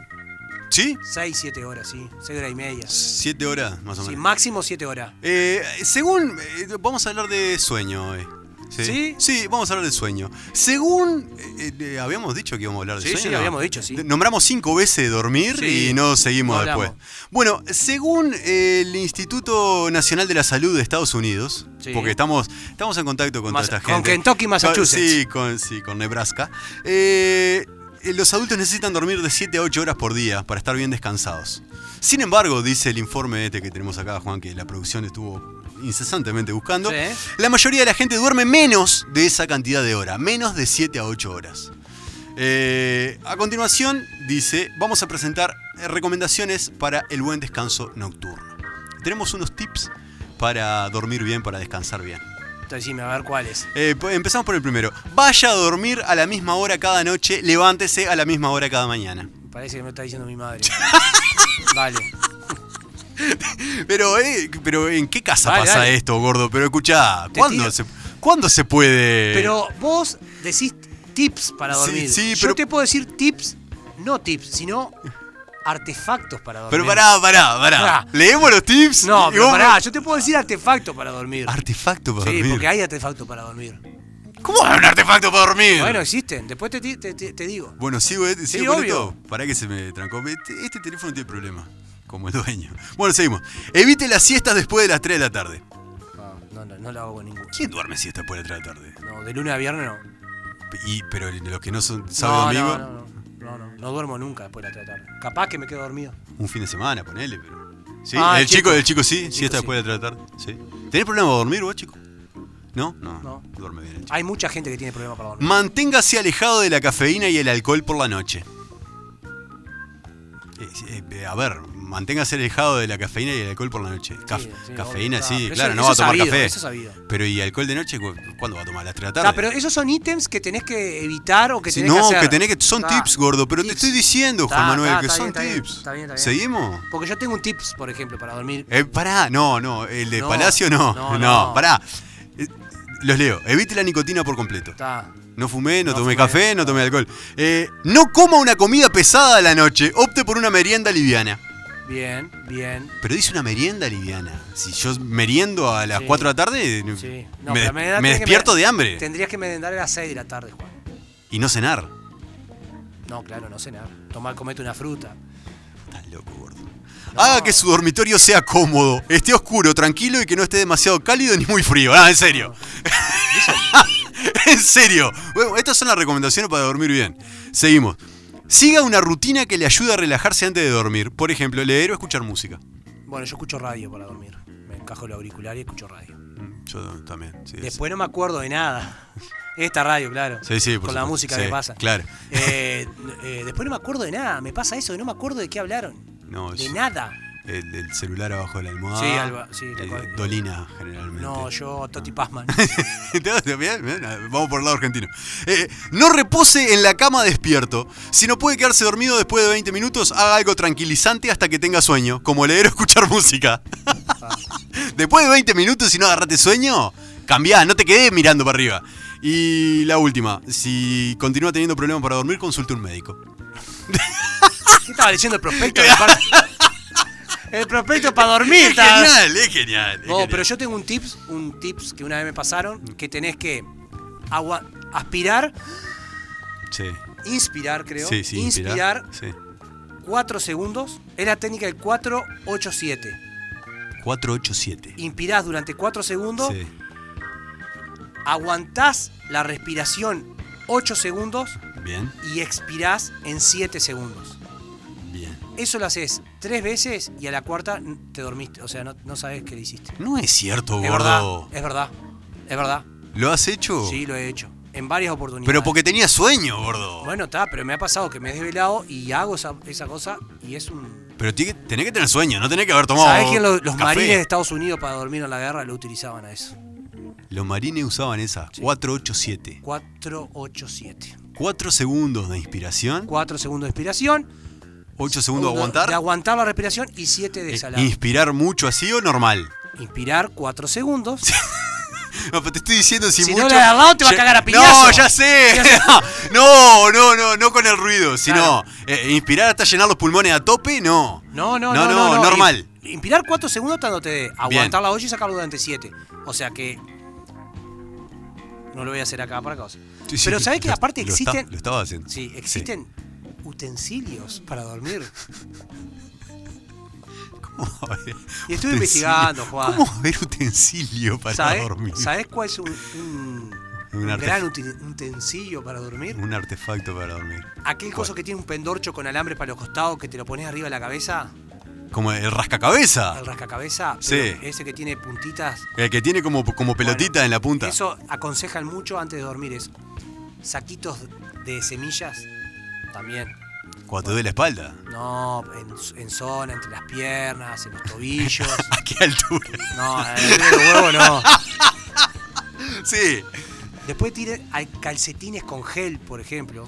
Speaker 3: ¿Sí?
Speaker 2: 6, 7 horas, sí. 6 horas y media.
Speaker 3: Siete horas, más o
Speaker 2: Sí,
Speaker 3: menos.
Speaker 2: máximo 7 horas.
Speaker 3: Eh, según. eh, vamos a hablar de sueño hoy.
Speaker 2: ¿Sí?
Speaker 3: vamos a hablar del sueño. Según. eh, eh, habíamos dicho que íbamos a hablar de
Speaker 2: Sí,
Speaker 3: sueño.
Speaker 2: sí,
Speaker 3: ¿no?
Speaker 2: habíamos dicho, sí.
Speaker 3: De- Nombramos cinco veces dormir
Speaker 2: Sí,
Speaker 3: y no seguimos
Speaker 2: no
Speaker 3: después.
Speaker 2: hablamos.
Speaker 3: Bueno, según eh, el Instituto Nacional de la Salud de Estados Unidos,
Speaker 2: Sí.
Speaker 3: porque estamos, estamos en contacto con
Speaker 2: Mas-
Speaker 3: toda esta
Speaker 2: con
Speaker 3: gente.
Speaker 2: Kentucky, Massachusetts.
Speaker 3: Sí, con, sí, con Nebraska. Eh, eh, los adultos necesitan dormir de 7 a 8 horas por día para estar bien descansados. Sin embargo, dice el informe este que tenemos acá, Juan, que la producción estuvo incesantemente buscando,
Speaker 2: Sí.
Speaker 3: la mayoría de la gente duerme menos de esa cantidad de horas, menos de 7 a 8 horas. Eh, a continuación, dice, vamos a presentar eh, recomendaciones para el buen descanso nocturno. Tenemos unos tips para dormir bien, para descansar bien.
Speaker 2: Entonces, decime, a ver cuál es.
Speaker 3: Eh, po- empezamos por el primero. Vaya a dormir a la misma hora cada noche, levántese a la misma hora cada mañana.
Speaker 2: Parece que me está diciendo mi madre. Vale.
Speaker 3: Pero, eh, pero ¿en qué casa
Speaker 2: Dale,
Speaker 3: pasa
Speaker 2: dale.
Speaker 3: esto, gordo? Pero escuchá,
Speaker 2: Te
Speaker 3: ¿cuándo
Speaker 2: tiro.
Speaker 3: se, ¿cuándo se puede...?
Speaker 2: Pero vos decís tips para
Speaker 3: Sí,
Speaker 2: dormir.
Speaker 3: sí,
Speaker 2: Yo
Speaker 3: pero-
Speaker 2: te puedo decir tips, no tips, sino artefactos para dormir.
Speaker 3: Pero pará, pará, pará.
Speaker 2: Pará.
Speaker 3: Leemos los tips.
Speaker 2: No,
Speaker 3: y
Speaker 2: pero
Speaker 3: vos-
Speaker 2: pará, yo te puedo decir artefactos para dormir.
Speaker 3: Artefacto para
Speaker 2: sí,
Speaker 3: dormir.
Speaker 2: porque hay artefactos para dormir.
Speaker 3: ¿Cómo va a haber un artefacto para dormir?
Speaker 2: Bueno, existen, después te, ti- te- te- te digo.
Speaker 3: Bueno, sigo, eh, sigo
Speaker 2: Sí,
Speaker 3: con
Speaker 2: obvio.
Speaker 3: esto. Para que se me trancó. Este, este teléfono tiene problema. Como el dueño. Bueno, seguimos. Evite las siestas después de las 3 de la tarde.
Speaker 2: No, no, no, no la hago con ninguno.
Speaker 3: ¿Quién duerme siesta después de las 3 de la tarde?
Speaker 2: No, de lunes a viernes no.
Speaker 3: Y, pero los que no son
Speaker 2: no,
Speaker 3: sábado y domingo,
Speaker 2: no, no, no, no, no, no duermo nunca después de la tarde. Capaz que me quedo dormido.
Speaker 3: un fin de semana, ponele, pero. ¿Sí?
Speaker 2: Ah,
Speaker 3: el
Speaker 2: el
Speaker 3: chico,
Speaker 2: chico.
Speaker 3: el chico sí,
Speaker 2: El
Speaker 3: siesta
Speaker 2: chico
Speaker 3: después de las 3 de la tarde. Sí. ¿Tenés problema para dormir vos, chico? ¿No? No.
Speaker 2: No. Ah.
Speaker 3: Duerme bien el chico.
Speaker 2: Hay mucha gente que tiene problemas para dormir.
Speaker 3: Manténgase alejado de la cafeína y el alcohol por la noche. Eh, eh, a ver, manténgase alejado de la cafeína y el alcohol por la noche. Caf-
Speaker 2: Sí, sí,
Speaker 3: cafeína,
Speaker 2: obvio. Ah,
Speaker 3: sí,
Speaker 2: pero
Speaker 3: claro,
Speaker 2: eso-
Speaker 3: no va a
Speaker 2: eso
Speaker 3: tomar
Speaker 2: sabido,
Speaker 3: café.
Speaker 2: eso sabido.
Speaker 3: Pero ¿y alcohol de noche? cu- ¿Cuándo va a tomar? ¿A las 3 de la tarde?
Speaker 2: Ah, pero esos son ítems que tenés que evitar o que
Speaker 3: Sí,
Speaker 2: tenés
Speaker 3: no,
Speaker 2: que hacer.
Speaker 3: que tenés que. Son
Speaker 2: Ta,
Speaker 3: tips, gordo, pero te
Speaker 2: tips.
Speaker 3: estoy diciendo,
Speaker 2: Ta,
Speaker 3: Juan Manuel,
Speaker 2: ta,
Speaker 3: que
Speaker 2: está
Speaker 3: son
Speaker 2: bien, está bien,
Speaker 3: tips.
Speaker 2: está bien, está bien.
Speaker 3: ¿Seguimos?
Speaker 2: Porque yo tengo un tips, por ejemplo, para dormir.
Speaker 3: Eh, pará, no, no, el de
Speaker 2: No,
Speaker 3: Palacio no. No,
Speaker 2: no, no.
Speaker 3: pará. Eh, Los leo. Evite la nicotina por completo.
Speaker 2: Está.
Speaker 3: No fumé, no,
Speaker 2: No
Speaker 3: tomé
Speaker 2: fumé.
Speaker 3: café, no tomé alcohol. Eh, no coma una comida pesada a la noche. Opte por una merienda liviana.
Speaker 2: Bien, bien.
Speaker 3: Pero dice una merienda liviana. Si yo meriendo a las
Speaker 2: Sí.
Speaker 3: 4 de la tarde,
Speaker 2: Sí.
Speaker 3: me,
Speaker 2: No,
Speaker 3: des-
Speaker 2: pero me da-
Speaker 3: me
Speaker 2: tenés que
Speaker 3: despierto
Speaker 2: me-
Speaker 3: de hambre.
Speaker 2: Tendrías que merendar a las 6 de la tarde, Juan.
Speaker 3: Y no cenar.
Speaker 2: No, claro, no cenar. Tomar, comete una fruta.
Speaker 3: Estás loco, gordo. Haga que su dormitorio sea cómodo, esté oscuro, tranquilo y que no esté demasiado cálido ni muy frío. Ah, en serio. en serio. Bueno, estas son las recomendaciones para dormir bien. Seguimos. Siga una rutina que le ayude a relajarse antes de dormir. Por ejemplo, leer o escuchar música.
Speaker 2: Bueno, yo escucho radio para dormir. Me encajo el auricular y escucho radio.
Speaker 3: Mm, Yo también. Sí,
Speaker 2: Después no me acuerdo de nada. Esta radio, claro.
Speaker 3: sí, sí, por
Speaker 2: Con la
Speaker 3: supuesto.
Speaker 2: música
Speaker 3: Sí,
Speaker 2: que pasa.
Speaker 3: Claro.
Speaker 2: Eh, eh, después no me acuerdo de nada. Me pasa eso, que no me acuerdo de qué hablaron.
Speaker 3: No,
Speaker 2: De
Speaker 3: yo-
Speaker 2: nada.
Speaker 3: El, el celular abajo de la almohada.
Speaker 2: Sí, alba- sí, tal
Speaker 3: Eh,
Speaker 2: cual.
Speaker 3: Dolina, generalmente.
Speaker 2: No, yo, Toti Pazman.
Speaker 3: Entonces, bien, bien, Vamos por el lado argentino. Eh, no repose en la cama despierto. Si no puede quedarse dormido después de 20 minutos, haga algo tranquilizante hasta que tenga sueño, como leer o escuchar música. después de 20 minutos, si no agarrate sueño, cambiá, no te quedes mirando para arriba. Y la última, si continúa teniendo problemas para dormir, consulte un médico.
Speaker 2: ¿Qué estaba leyendo el prospecto? de par- el prospecto para dormir.
Speaker 3: Es
Speaker 2: estaba-
Speaker 3: genial, es genial. es
Speaker 2: No,
Speaker 3: genial.
Speaker 2: pero yo tengo un tips, un tips que una vez me pasaron, que tenés que agua- aspirar,
Speaker 3: Sí,
Speaker 2: inspirar, creo.
Speaker 3: sí, sí,
Speaker 2: inspirar
Speaker 3: Sí.
Speaker 2: 4 segundos. Es la técnica del 487.
Speaker 3: 487.
Speaker 2: Inspirás durante 4 segundos,
Speaker 3: Sí.
Speaker 2: aguantás la respiración 8 segundos
Speaker 3: Bien,
Speaker 2: y expirás en 7 segundos.
Speaker 3: bien.
Speaker 2: Eso lo haces tres veces y a la cuarta mm, te dormiste. O sea, no, no sabes qué le hiciste.
Speaker 3: No es cierto,
Speaker 2: Es verdad,
Speaker 3: gordo.
Speaker 2: es verdad, es verdad.
Speaker 3: ¿Lo has hecho?
Speaker 2: Sí, lo he hecho. En varias oportunidades.
Speaker 3: Pero porque tenía sueño, gordo.
Speaker 2: Bueno, está, pero me ha pasado que me he desvelado y hago esa, esa cosa y es un...
Speaker 3: Pero tiene que- tenés que tener sueño, no tenés que haber tomado.
Speaker 2: ¿Sabés que lo- los
Speaker 3: café.
Speaker 2: marines de Estados Unidos para dormir en la guerra lo utilizaban a eso?
Speaker 3: Los marines usaban esa. 487.
Speaker 2: 487.
Speaker 3: 4 segundos de inspiración,
Speaker 2: 4 segundos de inspiración.
Speaker 3: 8 segundos de
Speaker 2: segundo
Speaker 3: aguantar.
Speaker 2: De aguantar la respiración y 7 de
Speaker 3: eh,
Speaker 2: exhalar.
Speaker 3: inspirar mucho así o normal.
Speaker 2: Inspirar 4 segundos.
Speaker 3: No, pero te estoy diciendo si,
Speaker 2: Si no
Speaker 3: mucho.
Speaker 2: le das lado, te va a
Speaker 3: Ya-
Speaker 2: cagar a piñazo.
Speaker 3: No, ya sé. no, no, no, no con el ruido, sino
Speaker 2: Claro.
Speaker 3: eh, inspirar hasta llenar los pulmones a tope, no.
Speaker 2: No, no,
Speaker 3: No,
Speaker 2: no.
Speaker 3: no, normal.
Speaker 2: In- Inspirar 4 segundos tanto te dé. Aguantar
Speaker 3: Bien.
Speaker 2: la olla y sacarlo durante 7. O sea que... No lo voy a hacer acá para causa.
Speaker 3: Sí, sí,
Speaker 2: pero
Speaker 3: lo-
Speaker 2: ¿sabés que
Speaker 3: lo-
Speaker 2: aparte
Speaker 3: lo está-
Speaker 2: existen...
Speaker 3: Lo estaba haciendo.
Speaker 2: Sí, existen utensilios para dormir.
Speaker 3: ¿Cómo va a haber
Speaker 2: Y
Speaker 3: utensilio?
Speaker 2: estuve investigando, Juan.
Speaker 3: ¿Cómo va a haber utensilio para
Speaker 2: ¿Sabes
Speaker 3: dormir?
Speaker 2: ¿sabes cuál es un, un-
Speaker 3: Un
Speaker 2: un
Speaker 3: arte-
Speaker 2: gran uti- utensilio para dormir?
Speaker 3: Un artefacto para dormir.
Speaker 2: Aquel
Speaker 3: ¿Cuál?
Speaker 2: coso que tiene un pendorcho con alambre para los costados que te lo pones arriba de la cabeza,
Speaker 3: Como el rascacabeza.
Speaker 2: el rascacabeza,
Speaker 3: Ah. Sí.
Speaker 2: pero ese que tiene puntitas.
Speaker 3: El que tiene como, como pelotita
Speaker 2: Bueno,
Speaker 3: en la punta.
Speaker 2: Eso aconsejan mucho antes de dormir, eso. Saquitos de semillas también.
Speaker 3: Cuando te duele la espalda.
Speaker 2: No, en, en zona, entre las piernas, en los tobillos.
Speaker 3: ¿A qué altura?
Speaker 2: No, en el huevo no.
Speaker 3: Sí.
Speaker 2: Después tiren al- calcetines con gel, por ejemplo.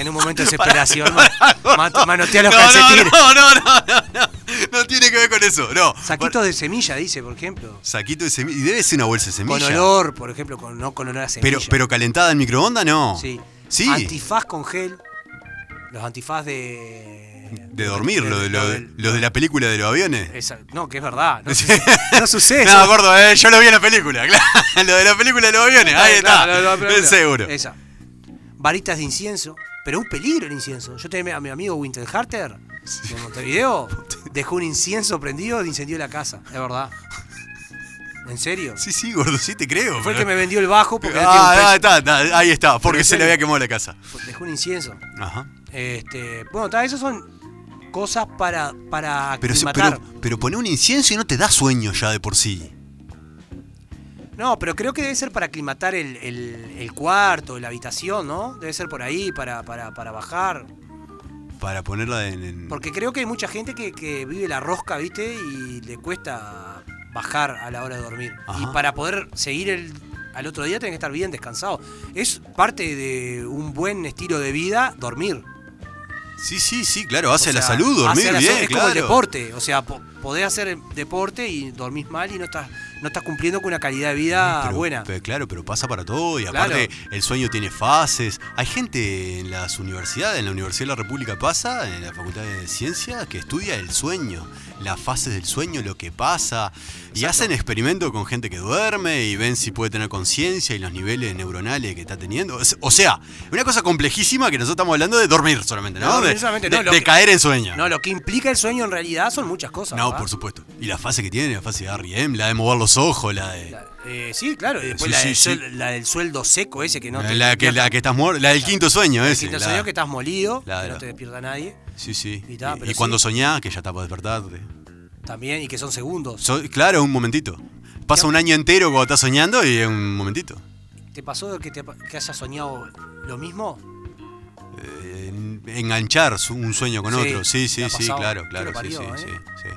Speaker 2: en un momento de
Speaker 3: Pará,
Speaker 2: desesperación,
Speaker 3: pará,
Speaker 2: ma-
Speaker 3: gordo.
Speaker 2: ma- manotea los
Speaker 3: No, no,
Speaker 2: calcetines.
Speaker 3: No, no, no, no, no. no tiene que ver con eso, no.
Speaker 2: Saquitos de semilla, dice, por ejemplo.
Speaker 3: Saquito de semilla. Y debe ser una bolsa de semilla.
Speaker 2: Con olor, por ejemplo, con, no con olor a semilla.
Speaker 3: Pero, pero calentada en microondas, no.
Speaker 2: Sí.
Speaker 3: Sí.
Speaker 2: Antifaz con gel. Los antifaz de.
Speaker 3: de dormir, lo de, lo de-
Speaker 2: del-
Speaker 3: los de la película de los aviones.
Speaker 2: Esa- no, que es verdad. No,
Speaker 3: Sí.
Speaker 2: sucede- no sucede.
Speaker 3: No, gordo, eh, yo lo vi en la película, claro. Lo de la película de los aviones, ahí está.
Speaker 2: Claro, no, no, pero-
Speaker 3: es seguro.
Speaker 2: Esa. Varitas de incienso. Pero un peligro el incienso. Yo tenía a mi amigo Winter Harter de Montevideo. Dejó un incienso prendido y incendió la casa. Es verdad. ¿En serio?
Speaker 3: Sí, sí, gordo, sí te creo.
Speaker 2: Fue
Speaker 3: pero-
Speaker 2: el que me vendió el bajo porque no tiene un
Speaker 3: Ah, ah,
Speaker 2: peso.
Speaker 3: está, está, ahí está, porque
Speaker 2: Pero
Speaker 3: se
Speaker 2: en
Speaker 3: le
Speaker 2: serio.
Speaker 3: había quemado la casa.
Speaker 2: Dejó un incienso.
Speaker 3: Ajá.
Speaker 2: Este, bueno, ta, esas son cosas para, para
Speaker 3: Pero, se-
Speaker 2: aclimatar.
Speaker 3: pero, pero poner un incienso y no te da sueño ya de por sí.
Speaker 2: No, pero creo que debe ser para aclimatar el, el- el cuarto, la habitación, ¿no? Debe ser por ahí, para, para, para bajar.
Speaker 3: Para ponerla en. en-
Speaker 2: Porque creo que hay mucha gente que, que vive la rosca, ¿viste? Y le cuesta bajar a la hora de dormir.
Speaker 3: Ajá.
Speaker 2: Y para poder seguir el, al otro día tenés que estar bien descansado. Es parte de un buen estilo de vida dormir.
Speaker 3: Sí, sí, sí, claro, hace
Speaker 2: O
Speaker 3: a la
Speaker 2: sea,
Speaker 3: salud, dormir
Speaker 2: hace a la
Speaker 3: bien,
Speaker 2: salud. es
Speaker 3: claro.
Speaker 2: como el deporte. O sea, po- podés hacer deporte y dormís mal y no estás, no estás cumpliendo con una calidad de vida
Speaker 3: Pero-
Speaker 2: Ah, buena.
Speaker 3: pero claro, pero pasa para todo y
Speaker 2: Claro.
Speaker 3: aparte el sueño tiene fases. Hay gente en las universidades, en la Universidad de la República pasa, en la Facultad de Ciencias, que estudia el sueño, las fases del sueño, lo que pasa. Y hacen experimentos con gente que duerme y ven si puede tener conciencia y los niveles neuronales que está teniendo. Es- O sea, una cosa complejísima que nosotros estamos hablando de dormir solamente, ¿no?
Speaker 2: No,
Speaker 3: de
Speaker 2: dormir solamente,
Speaker 3: de-
Speaker 2: no, lo
Speaker 3: de
Speaker 2: que-
Speaker 3: caer en sueño.
Speaker 2: No, lo que implica el sueño en realidad son muchas cosas.
Speaker 3: No,
Speaker 2: ¿verdad?
Speaker 3: por supuesto. Y la fase que tiene, la fase de R.E.M., la de mover los ojos, la de...
Speaker 2: La- eh, sí, claro. Y después
Speaker 3: Sí,
Speaker 2: la,
Speaker 3: sí,
Speaker 2: del
Speaker 3: sí.
Speaker 2: suel- la del sueldo seco ese que no te
Speaker 3: la, que, la que estás muerto, la del quinto sueño
Speaker 2: el
Speaker 3: ese.
Speaker 2: quinto
Speaker 3: la-
Speaker 2: sueño que estás molido, que
Speaker 3: Claro.
Speaker 2: no te despierta nadie.
Speaker 3: Sí, sí.
Speaker 2: Y ta,
Speaker 3: Y- y
Speaker 2: pero
Speaker 3: cuando
Speaker 2: sí.
Speaker 3: soñás, que ya está para despertarte.
Speaker 2: También, y que son segundos.
Speaker 3: So- claro, un momentito. Pasa un año entero cuando estás soñando y es un momentito.
Speaker 2: ¿Te pasó que, te, que hayas soñado lo mismo?
Speaker 3: Eh, en- enganchar su- un sueño con
Speaker 2: Sí,
Speaker 3: otro. Sí, sí,
Speaker 2: me ha
Speaker 3: sí,
Speaker 2: pasado.
Speaker 3: claro,
Speaker 2: Que
Speaker 3: claro.
Speaker 2: lo parió,
Speaker 3: sí, sí,
Speaker 2: ¿eh?
Speaker 3: sí, sí.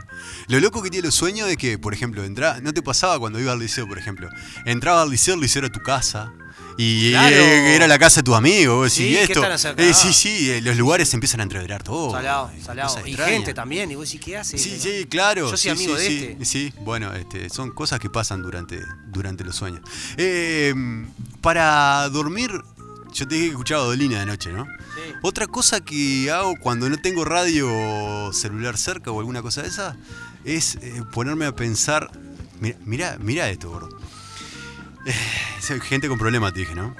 Speaker 3: Lo loco que tiene los sueños es que, por ejemplo, entra, no te pasaba cuando iba al liceo, por ejemplo. Entraba al liceo, el liceo era tu casa. Y
Speaker 2: Claro.
Speaker 3: eh, era la casa de tus amigos. vos
Speaker 2: Sí,
Speaker 3: decís,
Speaker 2: ¿qué
Speaker 3: esto.
Speaker 2: están haciendo
Speaker 3: Eh,
Speaker 2: acá?
Speaker 3: sí, sí, eh, los lugares se empiezan a entreverar todo.
Speaker 2: salado,
Speaker 3: eh,
Speaker 2: salado.
Speaker 3: cosas
Speaker 2: Y
Speaker 3: extrañas.
Speaker 2: gente también. Y vos decís, ¿qué haces?
Speaker 3: Sí, sí, claro.
Speaker 2: Yo
Speaker 3: sí,
Speaker 2: soy amigo
Speaker 3: sí,
Speaker 2: de
Speaker 3: sí,
Speaker 2: este.
Speaker 3: Eh, Sí, bueno, este, son cosas que pasan durante, durante los sueños. Eh, para dormir, yo te dije que escuchaba Dolina de noche, ¿no?
Speaker 2: Sí.
Speaker 3: Otra cosa que hago cuando no tengo radio celular cerca o alguna cosa de esa es eh, ponerme a pensar. Mirá, mirá, mirá esto, gordo. Eh, gente con problemas, te dije, ¿no?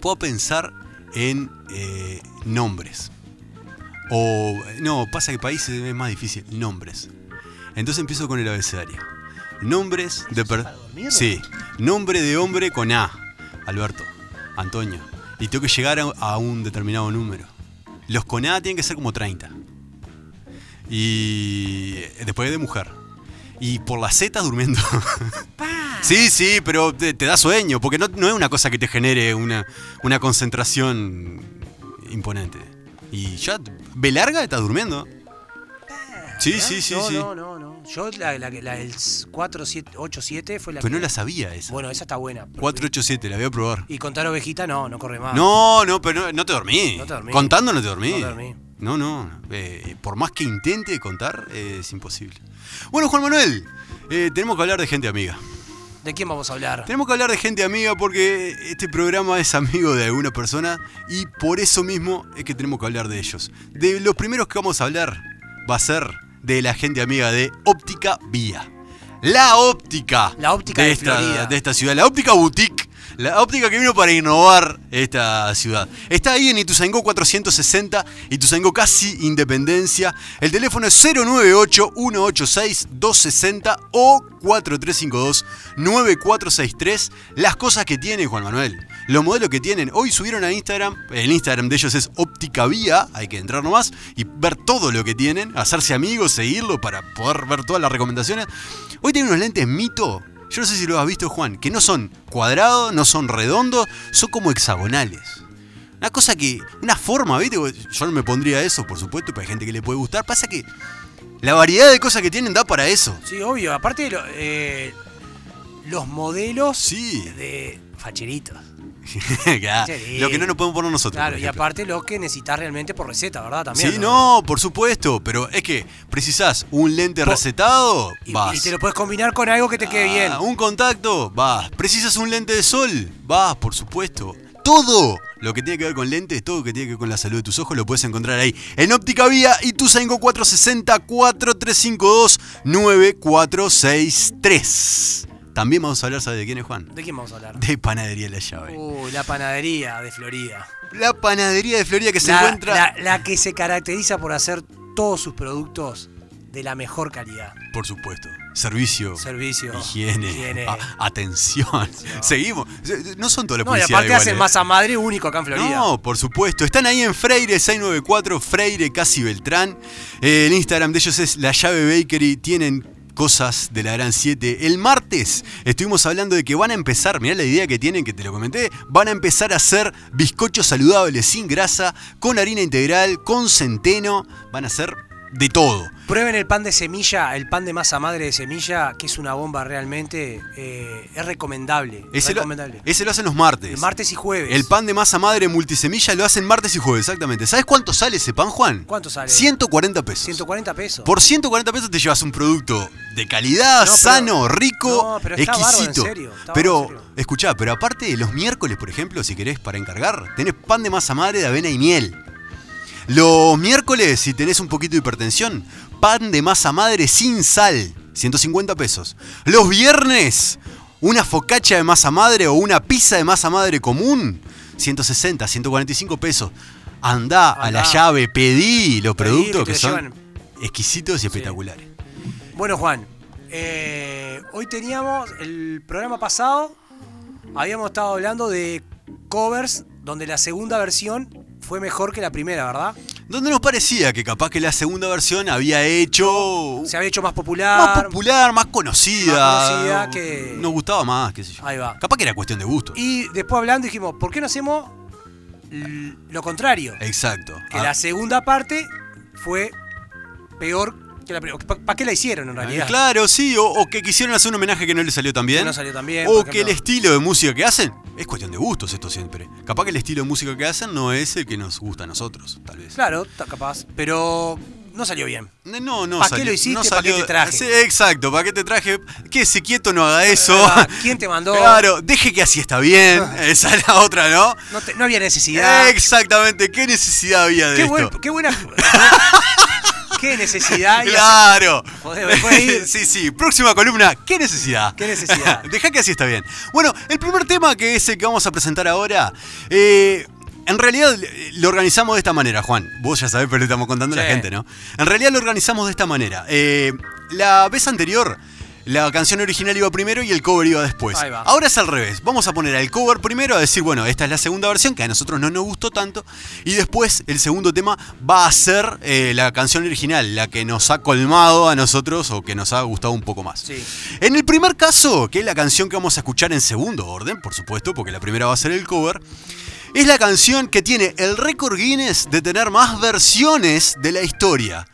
Speaker 3: puedo pensar en eh, nombres. O, no, pasa que países es más difícil, nombres. Entonces empiezo con el abecedario. Nombres de... per-
Speaker 2: para dormir?
Speaker 3: sí, nombre de hombre con A. Alberto, Antonio. Y tengo que llegar a, a un determinado número. Los con A tienen que ser como 30. Y después de mujer. Y por las Z durmiendo. Sí, sí, pero te, te da sueño, porque no, no es una cosa que te genere una, una concentración imponente. Y ya, ve larga estás durmiendo. Sí, sí, sí,
Speaker 2: no,
Speaker 3: sí.
Speaker 2: No, no, no. Yo la, la, la del 487 fue la
Speaker 3: Pero no
Speaker 2: que-
Speaker 3: la sabía esa.
Speaker 2: Bueno, esa está buena.
Speaker 3: 487, la voy a probar.
Speaker 2: Y contar ovejita, no, no corre más.
Speaker 3: No, no, pero no, no te dormí.
Speaker 2: Ah. No te dormí.
Speaker 3: Contando no te dormí.
Speaker 2: No te dormí.
Speaker 3: No, no. Eh, por más que intente contar, eh, es imposible. Bueno, Juan Manuel, eh, tenemos que hablar de gente amiga.
Speaker 2: ¿De quién vamos a hablar?
Speaker 3: Tenemos que hablar de gente amiga porque este programa es amigo de alguna persona y por eso mismo es que tenemos que hablar de ellos. De los primeros que vamos a hablar va a ser de la gente amiga de Óptica Vía. La óptica.
Speaker 2: La óptica de
Speaker 3: esta,
Speaker 2: Florida.
Speaker 3: de esta ciudad. La óptica boutique. La óptica que vino para innovar esta ciudad. Está ahí en Ituzaingó 460, Ituzaingó casi independencia. El teléfono es 098-186-260 o 4352-9463. Las cosas que tiene Juan Manuel. Los modelos que tienen. Hoy subieron a Instagram. El Instagram de ellos es Óptica Vía. Hay que entrar nomás y ver todo lo que tienen. Hacerse amigos, seguirlo para poder ver todas las recomendaciones. Hoy tienen unos lentes mito. Yo no sé si lo has visto, Juan, que no son cuadrados, no son redondos, son como hexagonales. Una cosa que. Una forma, ¿viste? Yo no me pondría eso, por supuesto, pero hay gente que le puede gustar. Pasa que la variedad de cosas que tienen da para eso.
Speaker 2: Sí, obvio. Aparte, lo- eh, los modelos
Speaker 3: Sí.
Speaker 2: de, facheritos.
Speaker 3: Claro,
Speaker 2: Sí.
Speaker 3: Lo que no nos podemos poner nosotros.
Speaker 2: Claro,
Speaker 3: por
Speaker 2: y
Speaker 3: ejemplo.
Speaker 2: aparte los que necesitas realmente por receta, ¿verdad? También.
Speaker 3: Sí, no, por supuesto, pero es que precisás un lente
Speaker 2: Po-
Speaker 3: recetado,
Speaker 2: Y,
Speaker 3: vas.
Speaker 2: y te lo puedes combinar con algo que te quede bien.
Speaker 3: Ah, un contacto, vas. Precisas un lente de sol, vas, por supuesto. Todo lo que tiene que ver con lentes, todo lo que tiene que ver con la salud de tus ojos, lo puedes encontrar ahí. En Óptica Vía y tu 460 4352 9463. También vamos a hablar, ¿sabes de quién es Juan?
Speaker 2: ¿De quién vamos a hablar?
Speaker 3: De Panadería La Llave.
Speaker 2: Uh, la panadería de Florida.
Speaker 3: La panadería de Florida que se
Speaker 2: la,
Speaker 3: encuentra.
Speaker 2: la- la que se caracteriza por hacer todos sus productos de la mejor calidad.
Speaker 3: Por supuesto. Servicio.
Speaker 2: Servicio.
Speaker 3: Higiene, Ah,
Speaker 2: higiene.
Speaker 3: a- atención. Seguimos. No son todas las
Speaker 2: no, y
Speaker 3: publicidades
Speaker 2: aparte
Speaker 3: iguales,
Speaker 2: hacen
Speaker 3: ¿eh?
Speaker 2: masa madre único acá en Florida.
Speaker 3: No, por supuesto. Están ahí en Freire 694, Freire Casi Beltrán. Eh, el Instagram de ellos es La Llave Bakery. Tienen cosas de la Gran 7. El martes estuvimos hablando de que van a empezar, mirá la idea que tienen, que te lo comenté, van a empezar a hacer bizcochos saludables sin grasa, con harina integral, con centeno. Van a hacer de todo.
Speaker 2: Prueben el pan de semilla, el pan de masa madre de semilla, que es una bomba realmente. eh, es recomendable.
Speaker 3: Ese lo,
Speaker 2: recomendable.
Speaker 3: ese lo hacen los martes.
Speaker 2: el martes y jueves.
Speaker 3: El pan de masa madre multisemilla lo hacen martes y jueves, exactamente. ¿Sabes cuánto sale ese pan, Juan?
Speaker 2: ¿Cuánto sale?
Speaker 3: 140 pesos.
Speaker 2: 140 pesos.
Speaker 3: Por 140 pesos te llevas un producto de calidad,
Speaker 2: No, pero-
Speaker 3: sano, rico,
Speaker 2: no, pero está bárbaro, en
Speaker 3: exquisito.
Speaker 2: serio, está
Speaker 3: pero,
Speaker 2: bárbaro, en serio.
Speaker 3: escuchá, pero aparte los miércoles, por ejemplo, si querés para encargar, tenés pan de masa madre de avena y miel. Los miércoles, si tenés un poquito de hipertensión, pan de masa madre sin sal, 150 pesos. Los viernes, una focacha de masa madre o una pizza de masa madre común, 160, 145 pesos. Andá, a la
Speaker 2: Andá.
Speaker 3: llave, pedí los
Speaker 2: Pedí,
Speaker 3: productos
Speaker 2: que
Speaker 3: que,
Speaker 2: te lo
Speaker 3: son
Speaker 2: llevan.
Speaker 3: exquisitos y espectaculares.
Speaker 2: Bueno, Juan, eh, hoy teníamos el programa pasado, habíamos estado hablando de covers donde la segunda versión fue mejor que la primera, ¿verdad?
Speaker 3: Donde nos parecía que capaz que la segunda versión había hecho
Speaker 2: Se había hecho más popular.
Speaker 3: más popular, más conocida.
Speaker 2: Más conocida que-
Speaker 3: Nos gustaba más, qué sé yo.
Speaker 2: Ahí va.
Speaker 3: Capaz que era cuestión de gusto.
Speaker 2: Y después hablando dijimos, ¿por qué no hacemos l- lo contrario?
Speaker 3: Exacto.
Speaker 2: Que
Speaker 3: Ah,
Speaker 2: la segunda parte fue peor que la primera. ¿Para qué la hicieron en realidad?
Speaker 3: Ah, Claro, sí, o, o que quisieron hacer un homenaje que no le salió tan bien. Oh,
Speaker 2: Que no salió tan bien,
Speaker 3: O
Speaker 2: por
Speaker 3: que el
Speaker 2: ejemplo.
Speaker 3: estilo de música que hacen es cuestión de gustos, esto siempre. Capaz que el estilo de música que hacen no es el que nos gusta a nosotros, tal vez.
Speaker 2: Claro, está capaz. Pero no salió bien.
Speaker 3: No, no
Speaker 2: ¿Pa' qué
Speaker 3: salió-
Speaker 2: lo hiciste?
Speaker 3: no
Speaker 2: ¿Pa' qué
Speaker 3: salió-
Speaker 2: te traje?
Speaker 3: Sí, exacto, ¿para qué te traje? Que ese quieto no haga eso.
Speaker 2: Ah, ¿Quién te mandó?
Speaker 3: Claro, deje que así está bien.
Speaker 2: Ah.
Speaker 3: Esa es la otra, ¿no?
Speaker 2: No, te- no había necesidad.
Speaker 3: Exactamente, ¿qué necesidad había de
Speaker 2: Qué,
Speaker 3: esto?
Speaker 2: buen- qué buena. qué necesidad. y hacer-
Speaker 3: Claro.
Speaker 2: Joder, me puede ir.
Speaker 3: sí, sí. Próxima columna. ¿Qué necesidad?
Speaker 2: ¿Qué necesidad?
Speaker 3: Deja que así está bien. Bueno, el primer tema que es el que vamos a presentar ahora. eh, en realidad eh, lo organizamos de esta manera, Juan. Vos ya sabés, pero le estamos contando a la
Speaker 2: Sí.
Speaker 3: gente, ¿no? En realidad lo organizamos de esta manera. Eh, la vez anterior. La canción original iba primero y el cover iba después.
Speaker 2: Ahí va.
Speaker 3: Ahora es al revés. Vamos a poner al cover primero a decir, bueno, esta es la segunda versión que a nosotros no nos gustó tanto. Y después el segundo tema va a ser eh, la canción original, la que nos ha colmado a nosotros o que nos ha gustado un poco más.
Speaker 2: Sí.
Speaker 3: En el primer caso, que es la canción que vamos a escuchar en segundo orden, por supuesto, porque la primera va a ser el cover, es la canción que tiene el récord Guinness de tener más versiones de la historia.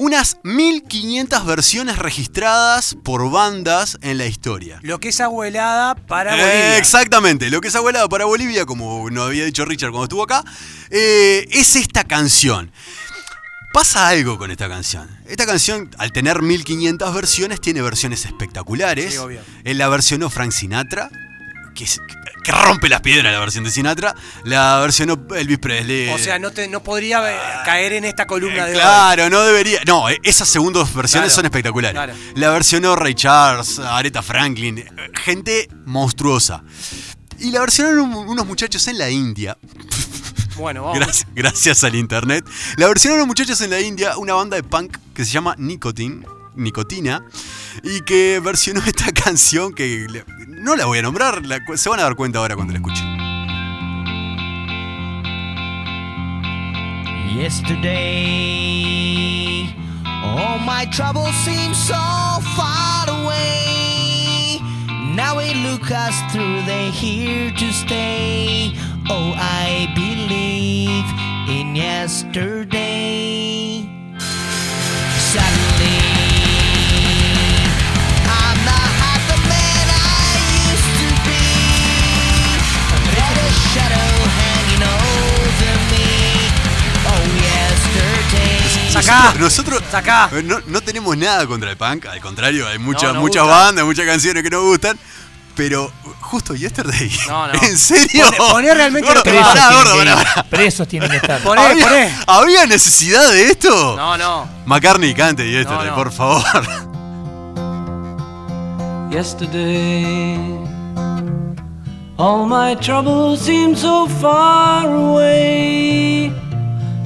Speaker 3: Unas 1500 versiones registradas por bandas en la historia.
Speaker 2: Lo que es abuelada para
Speaker 3: Eh,
Speaker 2: Bolivia.
Speaker 3: exactamente, lo que es abuelado para Bolivia, como nos había dicho Richard cuando estuvo acá, eh, es esta canción. Pasa algo con esta canción. Esta canción, al tener 1500 versiones, tiene versiones espectaculares.
Speaker 2: Sí, obvio.
Speaker 3: Él la versionó Frank Sinatra, que, es- que rompe las piedras la versión de Sinatra. La versionó Elvis Presley.
Speaker 2: O sea, no, te, no podría eh, caer en esta columna de. hoy.
Speaker 3: Ah, eh, Claro, no debería. No, eh, esas segundas versiones
Speaker 2: Claro,
Speaker 3: son espectaculares.
Speaker 2: claro.
Speaker 3: La versionó Ray Charles, Aretha Franklin, eh, gente monstruosa. Y la versionaron un- unos muchachos en la India.
Speaker 2: Bueno, vamos.
Speaker 3: Gracias, gracias al internet. La versionaron unos muchachos en la India, una banda de punk que se llama Nicotine. Nicotina, y que versionó esta canción que le- no la voy a nombrar, la cu- se van a dar cuenta ahora cuando la escuchen.
Speaker 4: Yesterday, all my troubles seem so far away. Now we look us through, they're here to stay. Oh, I believe in yesterday. Suddenly, I'm not half the man I used to be. Oh,
Speaker 2: Sacá.
Speaker 3: Nosotros, nosotros
Speaker 2: Sacá.
Speaker 3: eh, no, no tenemos nada contra el punk, al contrario, hay muchas,
Speaker 2: No, nos
Speaker 3: muchas
Speaker 2: gusta.
Speaker 3: bandas, muchas canciones que nos gustan. Pero justo yesterday.
Speaker 2: No, no.
Speaker 3: ¿En serio?
Speaker 2: Poné- poné realmente
Speaker 3: Gordo,
Speaker 2: lo que
Speaker 3: pará,
Speaker 2: va.
Speaker 5: Presos
Speaker 3: gordo,
Speaker 5: tienen que
Speaker 3: pará,
Speaker 5: ir, Presos tienen que estar.
Speaker 3: pará.
Speaker 2: Poné,
Speaker 3: ¿Había,
Speaker 2: poné.
Speaker 3: había necesidad de esto?
Speaker 2: No, no.
Speaker 3: McCartney cante yesterday,
Speaker 2: no.
Speaker 3: por favor.
Speaker 6: Yesterday, all my troubles seem so far away.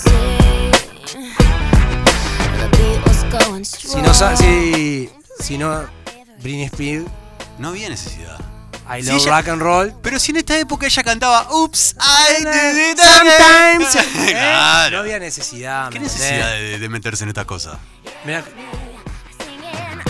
Speaker 5: The beat was going
Speaker 2: Si
Speaker 5: strong.
Speaker 2: no, sa- si, si no, Britney Spears,
Speaker 3: No había necesidad.
Speaker 2: I
Speaker 3: Sí,
Speaker 2: love
Speaker 3: ella-
Speaker 2: rock and roll.
Speaker 3: Pero si en esta época ella cantaba Oops, I did it
Speaker 2: Sometimes. ¿eh? No
Speaker 3: Claro.
Speaker 2: había necesidad.
Speaker 3: ¿Qué necesidad de, de meterse en estas cosas?
Speaker 2: Mira,
Speaker 5: Singing,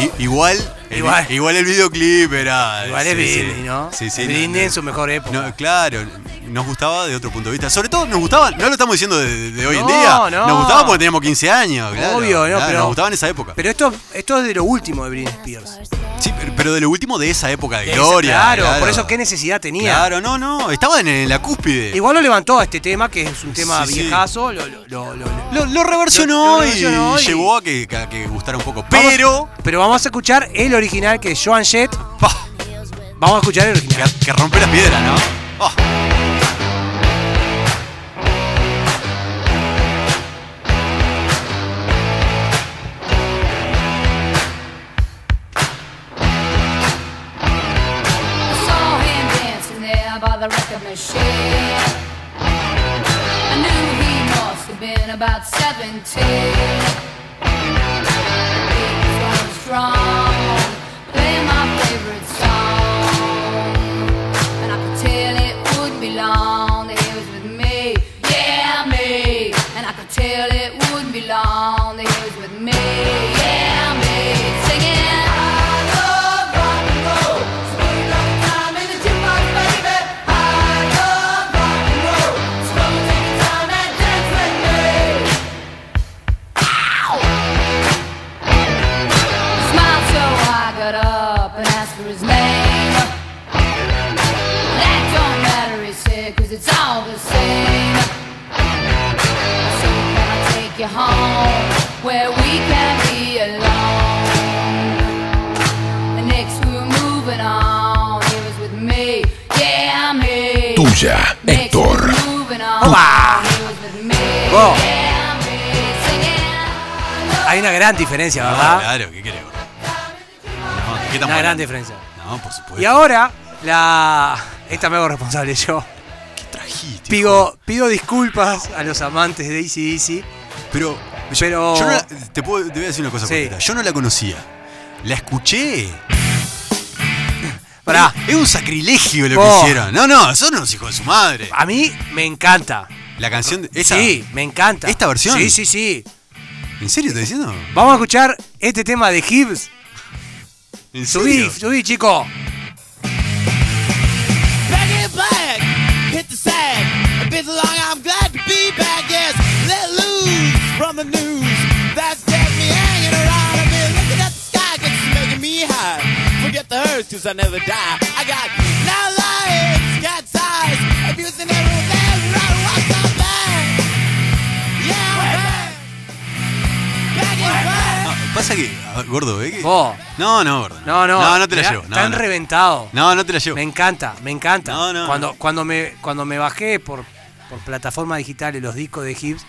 Speaker 5: I
Speaker 3: I- igual, el,
Speaker 2: Igual.
Speaker 3: igual. el videoclip era.
Speaker 2: igual es
Speaker 3: sí, sí.
Speaker 2: Britney, ¿no?
Speaker 3: Sí, sí.
Speaker 2: Britney
Speaker 3: no, no.
Speaker 2: en su mejor época.
Speaker 3: No, claro, nos gustaba de otro punto de vista. Sobre todo nos gustaba, no lo estamos diciendo de, de hoy en
Speaker 2: No,
Speaker 3: día.
Speaker 2: no.
Speaker 3: Nos gustaba porque teníamos 15 años, claro.
Speaker 2: Obvio, no,
Speaker 3: Claro,
Speaker 2: pero-
Speaker 3: Nos gustaba en esa época.
Speaker 2: Pero esto, esto es de lo último de Britney Spears.
Speaker 3: sí, pero, pero de lo último de esa época de
Speaker 2: Es-
Speaker 3: gloria.
Speaker 2: Claro, por eso qué necesidad tenía.
Speaker 3: Claro, no, no, estaba en, en la cúspide.
Speaker 2: Igual lo levantó a este tema, que es un tema
Speaker 3: Sí, sí.
Speaker 2: viejazo. Lo, lo- lo- lo- lo-
Speaker 3: lo, lo
Speaker 2: Lo-
Speaker 3: reversionó
Speaker 2: lo reversionó
Speaker 3: y,
Speaker 2: y-
Speaker 3: llevó a que, a que gustara un poco.
Speaker 2: Vamos-
Speaker 3: Pero,
Speaker 2: pero vamos a escuchar el original que es Joan Jett.
Speaker 3: pa,
Speaker 2: Vamos a escuchar el original.
Speaker 3: que, que rompe las piedras, ¿no? Ah.
Speaker 7: I saw him dancing there by the record machine. I knew he must have been about 17. He was going strong, playing my favorite song. And I could tell it wouldn't be long that he was with me. Yeah, me. And I could tell it wouldn't be long that he was with me. Yeah, me. Singing. I love rock and roll. So put another time in the jukebox, baby. I love rock and roll. So come and take your time and dance with me. Smiled so I got up and asked for his name. That don't matter, he said, cause it's all the same. So can I take you home where we can be alone? And next we were moving on, he was with me, yeah, me.
Speaker 1: Tuya,
Speaker 7: Next we
Speaker 1: Héctor.
Speaker 7: were moving on,
Speaker 2: Opa.
Speaker 7: he was with me,
Speaker 2: Go.
Speaker 7: yeah, me. Singing.
Speaker 2: Hay una gran diferencia,
Speaker 3: Ah,
Speaker 2: ¿verdad?
Speaker 3: claro, ¿qué querés? No, ¿de qué estamos
Speaker 2: Una gran
Speaker 3: hablando? Pues
Speaker 2: diferencia.
Speaker 3: No, por supuesto.
Speaker 2: Y ahora, la. Esta me hago responsable yo.
Speaker 3: Trajiste,
Speaker 2: Pido, pido disculpas a los amantes de ACDC.
Speaker 3: Pero, yo-
Speaker 2: Pero-
Speaker 3: yo no la- te, puedo, te voy a decir una cosa,
Speaker 2: Sí.
Speaker 3: cortita. yo no la conocía. La escuché.
Speaker 2: Pará,
Speaker 3: Es un sacrilegio lo
Speaker 2: Oh.
Speaker 3: que hicieron. No, no, son unos hijos de su madre.
Speaker 2: a mí me encanta.
Speaker 3: La canción de esa.
Speaker 2: Sí, me encanta.
Speaker 3: ¿Esta versión?
Speaker 2: Sí, sí, sí.
Speaker 3: ¿En serio estás diciendo?
Speaker 2: Vamos a escuchar este tema de Hibbs.
Speaker 3: ¿En
Speaker 2: Subí,
Speaker 3: serio?
Speaker 2: subí, chico.
Speaker 4: Back in black, hit the sack. I've been so long, I'm glad to be back. Yes, let loose from the news. That's kept me hanging around. I've been looking at the sky, 'cause it's making me high. Forget the hurts, cause I never die. I got now lions, cat's eyes, abusing everything. Right, what's up, back? Yeah, I'm back. Back in black.
Speaker 3: No, Ah, pasa que, a ver, gordo, ¿eh? que-
Speaker 2: Vos.
Speaker 3: No, no, gordo.
Speaker 2: No, no.
Speaker 3: No, no te la
Speaker 2: mirá,
Speaker 3: llevo. No,
Speaker 2: Tan
Speaker 3: no.
Speaker 2: reventado.
Speaker 3: no, no te la llevo.
Speaker 2: Me encanta, me encanta.
Speaker 3: No, no,
Speaker 2: cuando,
Speaker 3: no.
Speaker 2: Cuando, me, cuando me bajé por, por plataformas digitales los discos de Hibbs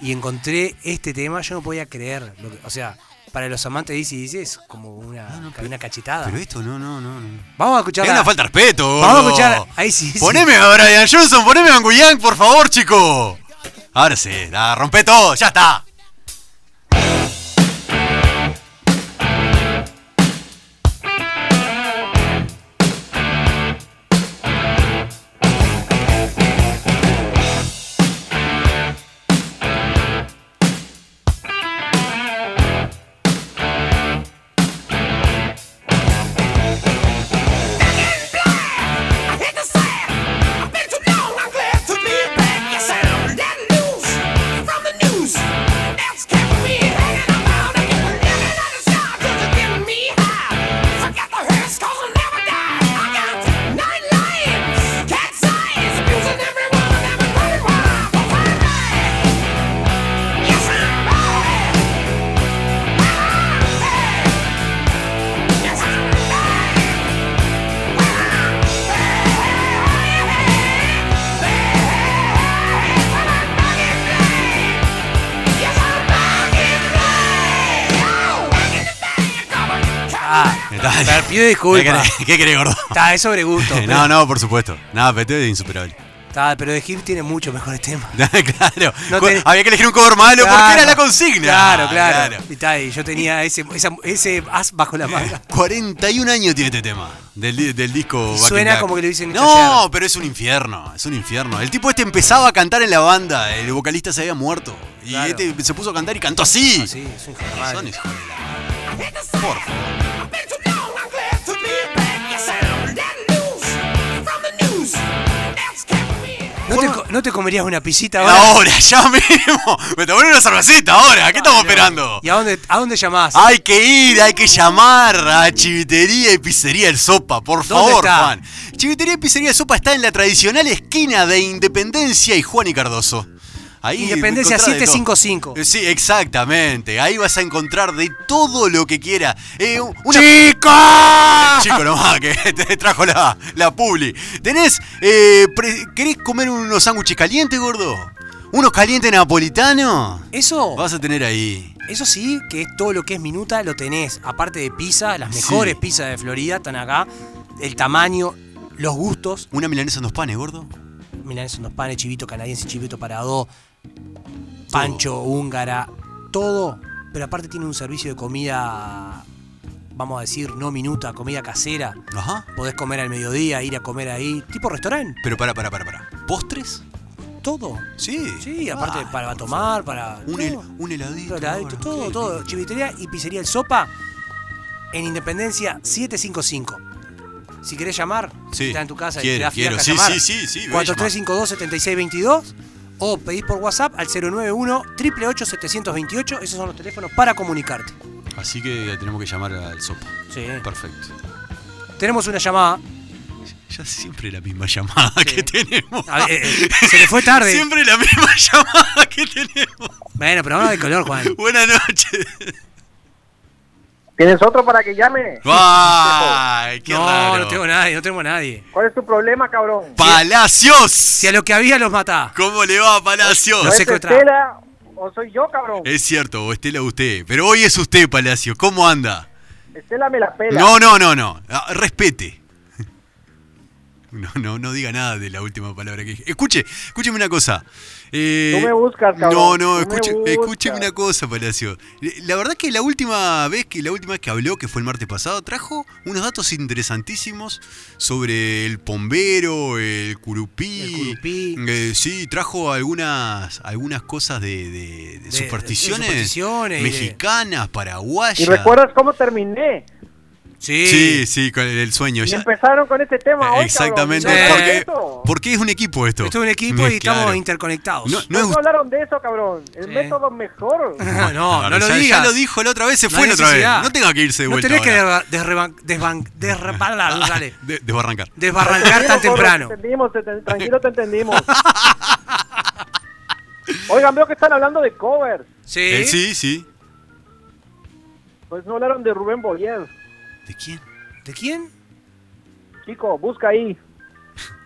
Speaker 2: y encontré este tema, yo no podía creer. lo que- o sea, para los amantes de Easy Dice es como una, una cachetada.
Speaker 3: Pero esto no, no, no. no.
Speaker 2: Vamos a
Speaker 3: Es
Speaker 2: escuchar.
Speaker 3: una falta de respeto, gordo.
Speaker 2: Vamos a escuchar. Ahí sí. sí.
Speaker 3: Poneme a Brian Johnson, poneme a Nguyen, por favor, chico. Ahora sí, la rompe todo, ya está.
Speaker 2: Te pido disculpas.
Speaker 3: ¿Qué querés- ¿Qué querés, gordo?
Speaker 2: Ah, Está, es sobre gusto. pero-
Speaker 3: No, no, por supuesto. No, Peteo es insuperable.
Speaker 2: Está, Ah, pero The Hip tiene muchos mejores temas.
Speaker 3: claro.
Speaker 2: No
Speaker 3: Cu-
Speaker 2: tenés-
Speaker 3: Había que elegir un cover malo porque
Speaker 2: Claro.
Speaker 3: era la consigna.
Speaker 2: Claro, Ah, claro. Y está, y yo tenía ese, esa- ese as bajo la manga.
Speaker 3: 41 años tiene este tema del, di- del disco.
Speaker 2: Y
Speaker 3: Back
Speaker 2: suena
Speaker 3: in Black.
Speaker 2: como que lo dicen
Speaker 3: No,
Speaker 2: ayer.
Speaker 3: pero es un infierno, es un infierno. El tipo este empezaba a cantar en la banda, el vocalista se había muerto. Y
Speaker 2: Claro.
Speaker 3: este se puso a cantar y cantó así.
Speaker 2: Sí, es un hijo de
Speaker 3: Son
Speaker 2: madre.
Speaker 3: hijos de la-
Speaker 2: ¿No te, co- no te comerías una pisita ahora?
Speaker 3: Ahora, ya mismo. Me tomaron una cervecita ahora. ¿Qué estamos esperando?
Speaker 2: ¿Y a dónde, a dónde llamás?
Speaker 3: Hay que ir, hay que llamar a Chivitería y Pizzería El Sopa, por favor,
Speaker 2: está?
Speaker 3: Juan. Chivitería y Pizzería El Sopa está en la tradicional esquina de Independencia y Juan y Cardoso. Ahí
Speaker 2: Independencia
Speaker 3: encontrás de todo.
Speaker 2: 755.
Speaker 3: Eh, Sí, exactamente. Ahí vas a encontrar de todo lo que quiera. Eh, un- una- Chico nomás, que te trajo la, la publi. ¿Tenés, eh, pre- ¿Querés comer unos sándwiches calientes, gordo? ¿Unos calientes napolitanos?
Speaker 2: Eso,
Speaker 3: Vas a tener ahí.
Speaker 2: eso sí, que es todo lo que es minuta, lo tenés. Aparte de pizza, las
Speaker 3: Sí.
Speaker 2: mejores pizzas de Florida están acá. El tamaño, los gustos.
Speaker 3: ¿Una milanesa en dos panes, gordo?
Speaker 2: Mirá, esos unos panes chivito canadiense, chivito parado, pancho, húngara, todo. Pero aparte tiene un servicio de comida, vamos a decir, no minuta, comida casera.
Speaker 3: Ajá.
Speaker 2: Podés comer al mediodía, ir a comer ahí, tipo restaurante,
Speaker 3: Pero para, para, para, para. ¿Postres?
Speaker 2: todo.
Speaker 3: Sí.
Speaker 2: Sí, aparte
Speaker 3: Ah,
Speaker 2: para tomar, para.
Speaker 3: Un,
Speaker 2: todo.
Speaker 3: hel- un heladito.
Speaker 2: Todo, heladito,
Speaker 3: bueno,
Speaker 2: todo,
Speaker 3: sí.
Speaker 2: todo. Chivitería y pizzería El Sopa en Independencia 755. Si querés llamar,
Speaker 3: Sí,
Speaker 2: está en tu casa y
Speaker 3: quiero,
Speaker 2: te das fiaca
Speaker 3: quiero.
Speaker 2: a
Speaker 3: Sí,
Speaker 2: llamar.
Speaker 3: sí, sí, sí, voy a
Speaker 2: 4352-7622 o pedís por WhatsApp al 091-888-728. Esos son los teléfonos para comunicarte.
Speaker 3: Así que tenemos que llamar al sopa.
Speaker 2: Sí.
Speaker 3: Perfecto.
Speaker 2: Tenemos una llamada.
Speaker 3: Ya siempre la misma llamada que tenemos.
Speaker 2: A ver, eh, eh, se le fue tarde.
Speaker 3: Siempre la misma llamada que tenemos.
Speaker 2: Bueno, pero vamos de color, Juan.
Speaker 3: Buenas noches.
Speaker 8: ¿Tienes otro para que llame?
Speaker 3: Ay, qué
Speaker 2: no,
Speaker 3: raro.
Speaker 2: no tengo nadie, no tenemos nadie.
Speaker 8: ¿Cuál es tu problema, cabrón?
Speaker 3: Palacios.
Speaker 2: Si a lo que había los matá.
Speaker 3: ¿Cómo le va, Palacios?
Speaker 8: ¿No
Speaker 2: sé
Speaker 8: es
Speaker 2: qué otra-
Speaker 8: Estela o soy yo, cabrón?
Speaker 3: Es cierto, o Estela usted. Pero hoy es usted, Palacios. ¿Cómo anda?
Speaker 8: Estela me la pela.
Speaker 3: No, no, no, no. Ah, Respete. No, no, no diga nada de la última palabra que dije. Escuche, escúcheme una cosa. Eh,
Speaker 8: Tú me buscas, cabrón.
Speaker 3: No, no,
Speaker 8: Tú me
Speaker 3: escuche,
Speaker 8: buscas.
Speaker 3: escúcheme una cosa, Palacio. Eh, La verdad que la última vez que la última vez que habló, que fue el martes pasado, trajo unos datos interesantísimos sobre el pombero, el curupí.
Speaker 2: El curupí.
Speaker 3: Eh, sí, trajo algunas algunas cosas de, de- de
Speaker 2: de
Speaker 3: supersticiones,
Speaker 2: supersticiones y de-
Speaker 3: mexicanas, paraguayas.
Speaker 8: ¿Y recuerdas cómo terminé?
Speaker 2: Sí.
Speaker 3: Sí, sí, con el, el sueño.
Speaker 8: Y
Speaker 3: Ya-
Speaker 8: empezaron con este tema hoy,
Speaker 3: Exactamente,
Speaker 8: cabrón. ¿No
Speaker 2: Sí.
Speaker 8: hablaron de
Speaker 3: porque,
Speaker 8: eso?
Speaker 3: porque es un equipo esto.
Speaker 2: Esto es un equipo
Speaker 3: No,
Speaker 2: y estamos
Speaker 3: claro.
Speaker 2: interconectados.
Speaker 3: No, no
Speaker 8: No
Speaker 3: es usted.
Speaker 8: hablaron de eso, cabrón. El
Speaker 2: Sí.
Speaker 8: método mejor.
Speaker 2: No, no,
Speaker 3: ya-
Speaker 2: no lo
Speaker 3: ya,
Speaker 2: digas.
Speaker 3: lo dijo la otra vez, se
Speaker 2: No
Speaker 3: fue
Speaker 2: hay
Speaker 3: la otra vez.
Speaker 2: necesidad.
Speaker 3: No tenga que irse de
Speaker 2: No
Speaker 3: vuelta.
Speaker 2: tenés que
Speaker 3: ahora.
Speaker 2: derra- desreban- desban- derrapar- dale.
Speaker 3: De- desbarrancar.
Speaker 2: desbarrancar tan
Speaker 8: Tranquilo, gordo,
Speaker 2: temprano.
Speaker 8: Te entendimos, te- te- tranquilo, te entendimos. Oigan, veo que están hablando de covers.
Speaker 2: Sí.
Speaker 3: Eh, sí, sí.
Speaker 8: Pues no hablaron de Rubén Boyer.
Speaker 3: ¿De quién?
Speaker 2: ¿De quién?
Speaker 8: Chico, busca ahí.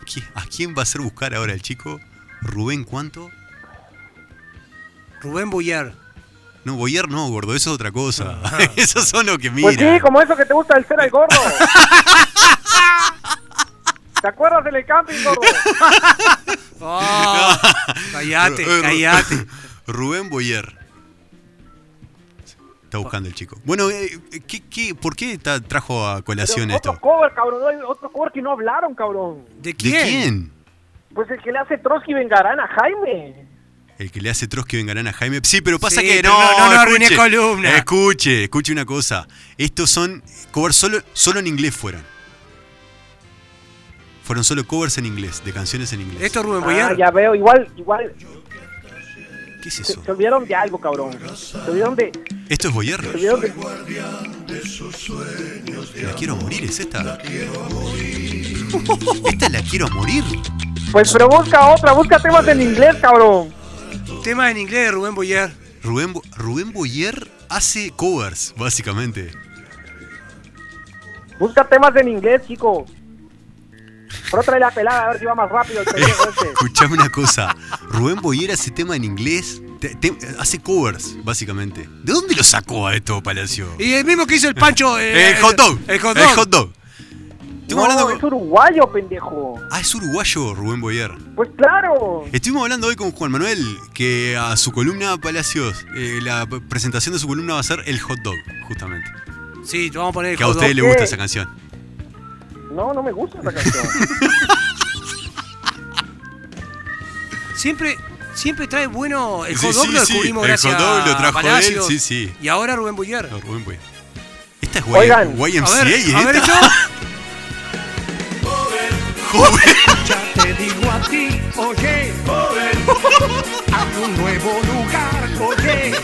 Speaker 3: ¿Qui- ¿A quién va a hacer buscar ahora el chico? ¿Rubén cuánto?
Speaker 2: Rubén Boyer.
Speaker 3: No, Boyer no, gordo, eso es otra cosa.
Speaker 2: Ah.
Speaker 3: Esos son los que
Speaker 8: Pues sí,
Speaker 3: mira.
Speaker 8: como eso que te gusta el ser al gordo. ¿Te acuerdas del camping, gordo?
Speaker 2: Oh, callate,
Speaker 3: Eh, Ru-
Speaker 2: callate.
Speaker 3: Rubén Boyer. Está buscando el chico. Bueno, eh, ¿qué, qué, por qué ta- trajo a colación
Speaker 8: Pero
Speaker 3: esto?
Speaker 8: Otro cover, cabrón. hay Otro cover que no hablaron, cabrón.
Speaker 2: ¿De
Speaker 3: ¿De
Speaker 2: quién?
Speaker 3: quién?
Speaker 8: Pues el que le hace Trotsky vengarán a Jaime.
Speaker 3: El que le hace Trotsky vengarán a Jaime. Sí, pero pasa
Speaker 2: Sí,
Speaker 3: que
Speaker 2: pero
Speaker 3: no.
Speaker 2: no- no, no
Speaker 3: escuche,
Speaker 2: arruiné columna.
Speaker 3: Escuche, escuche una cosa. Estos son covers solo, solo en inglés fueron. Fueron solo covers en inglés, de canciones en inglés.
Speaker 2: ¿Esto es Rubén
Speaker 8: Ah,
Speaker 2: Boyer?
Speaker 8: ya veo. Igual, igual.
Speaker 3: ¿Qué es
Speaker 8: Se,
Speaker 3: eso?
Speaker 8: se olvidaron de algo, cabrón. Se olvidaron de.
Speaker 3: ¿Esto es
Speaker 8: Se
Speaker 3: Boyer?
Speaker 8: olvidaron de.
Speaker 3: La quiero morir, ¿es esta? ¿Esta la quiero morir?
Speaker 8: Pues pero busca otra. Busca temas en inglés, cabrón.
Speaker 2: Tema en inglés de Rubén Boyer.
Speaker 3: Rubén, Bo- Rubén Boyer hace covers, básicamente.
Speaker 8: Busca temas en inglés, chico. Pero trae la pelada a ver si va más rápido el pendejo este.
Speaker 3: Escuchame una cosa. Rubén Boyer hace tema en inglés te- te- hace covers, básicamente. ¿De dónde lo sacó a esto, Palacio?
Speaker 2: Y el mismo que hizo el Pancho. eh,
Speaker 3: el hot dog.
Speaker 2: El hot dog.
Speaker 3: Estuvimos
Speaker 8: no,
Speaker 3: hablando con-
Speaker 8: es uruguayo, pendejo.
Speaker 3: Ah, es uruguayo, Rubén Boyer.
Speaker 8: Pues claro.
Speaker 3: Estuvimos hablando hoy con Juan Manuel que a su columna Palacios, eh, la p- presentación de su columna va a ser el hot dog, justamente.
Speaker 2: Sí, te vamos a poner el
Speaker 3: que a
Speaker 2: hot
Speaker 3: usted
Speaker 2: dog.
Speaker 3: le gusta esa canción.
Speaker 8: No, no me gusta esa canción.
Speaker 2: Siempre, siempre trae bueno. El
Speaker 3: Sí,
Speaker 2: hot dog
Speaker 3: sí,
Speaker 2: lo
Speaker 3: sí,
Speaker 2: descubrimos
Speaker 3: el
Speaker 2: gracias
Speaker 3: hot dog lo
Speaker 2: a
Speaker 3: trajo
Speaker 2: Palacios.
Speaker 3: él, sí, sí.
Speaker 2: Y ahora Rubén Boyer.
Speaker 3: No, Rubén Boyer. Esta es
Speaker 8: Oigan.
Speaker 3: Y- YMCA,
Speaker 2: A ver,
Speaker 3: ¿eh?
Speaker 2: a ver
Speaker 3: esta?
Speaker 2: esto.
Speaker 3: Joven.
Speaker 9: Te digo a ti, oye, a un nuevo lugar, oye,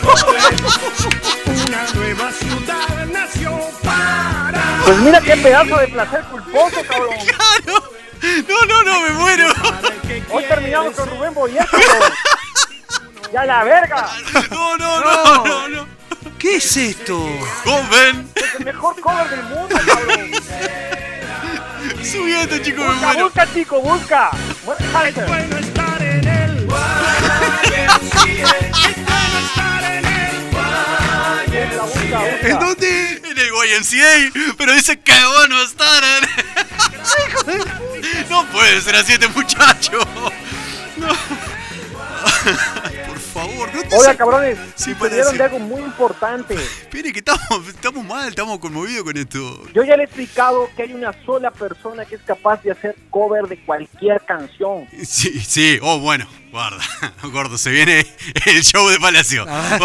Speaker 9: una nueva ciudad nació para.
Speaker 8: Pues mira qué pedazo de placer culposo, cabrón.
Speaker 3: No, no, no, me muero.
Speaker 8: Hoy terminamos con Rubén Boyer, cabrón. Ya la verga.
Speaker 3: No, no, no, no, no.
Speaker 2: ¿Qué es esto?
Speaker 3: Joven.
Speaker 8: Es el mejor cover del mundo, cabrón.
Speaker 3: Subiendo, chicos, me
Speaker 8: Busca,
Speaker 3: muero.
Speaker 8: busca, chico, busca. Hunter.
Speaker 9: Bueno estar en el
Speaker 8: Busca, busca,
Speaker 2: ¿En
Speaker 8: busca.
Speaker 2: dónde?
Speaker 3: En el YMCA, pero dice que bueno estar. ¿eh? No puede ser así este muchacho. No. Por favor, no te
Speaker 8: Hola,
Speaker 3: saques-
Speaker 8: cabrones.
Speaker 3: Sí,
Speaker 8: Se
Speaker 3: para
Speaker 8: perdieron
Speaker 3: decir-
Speaker 8: de algo muy importante.
Speaker 3: Espere, que estamos, estamos mal, estamos conmovidos con esto.
Speaker 8: Yo ya le he explicado que hay una sola persona que es capaz de hacer cover de cualquier canción.
Speaker 3: Sí, sí, oh, bueno, guarda. Gordo, se viene el show de Palacio.
Speaker 2: Ah.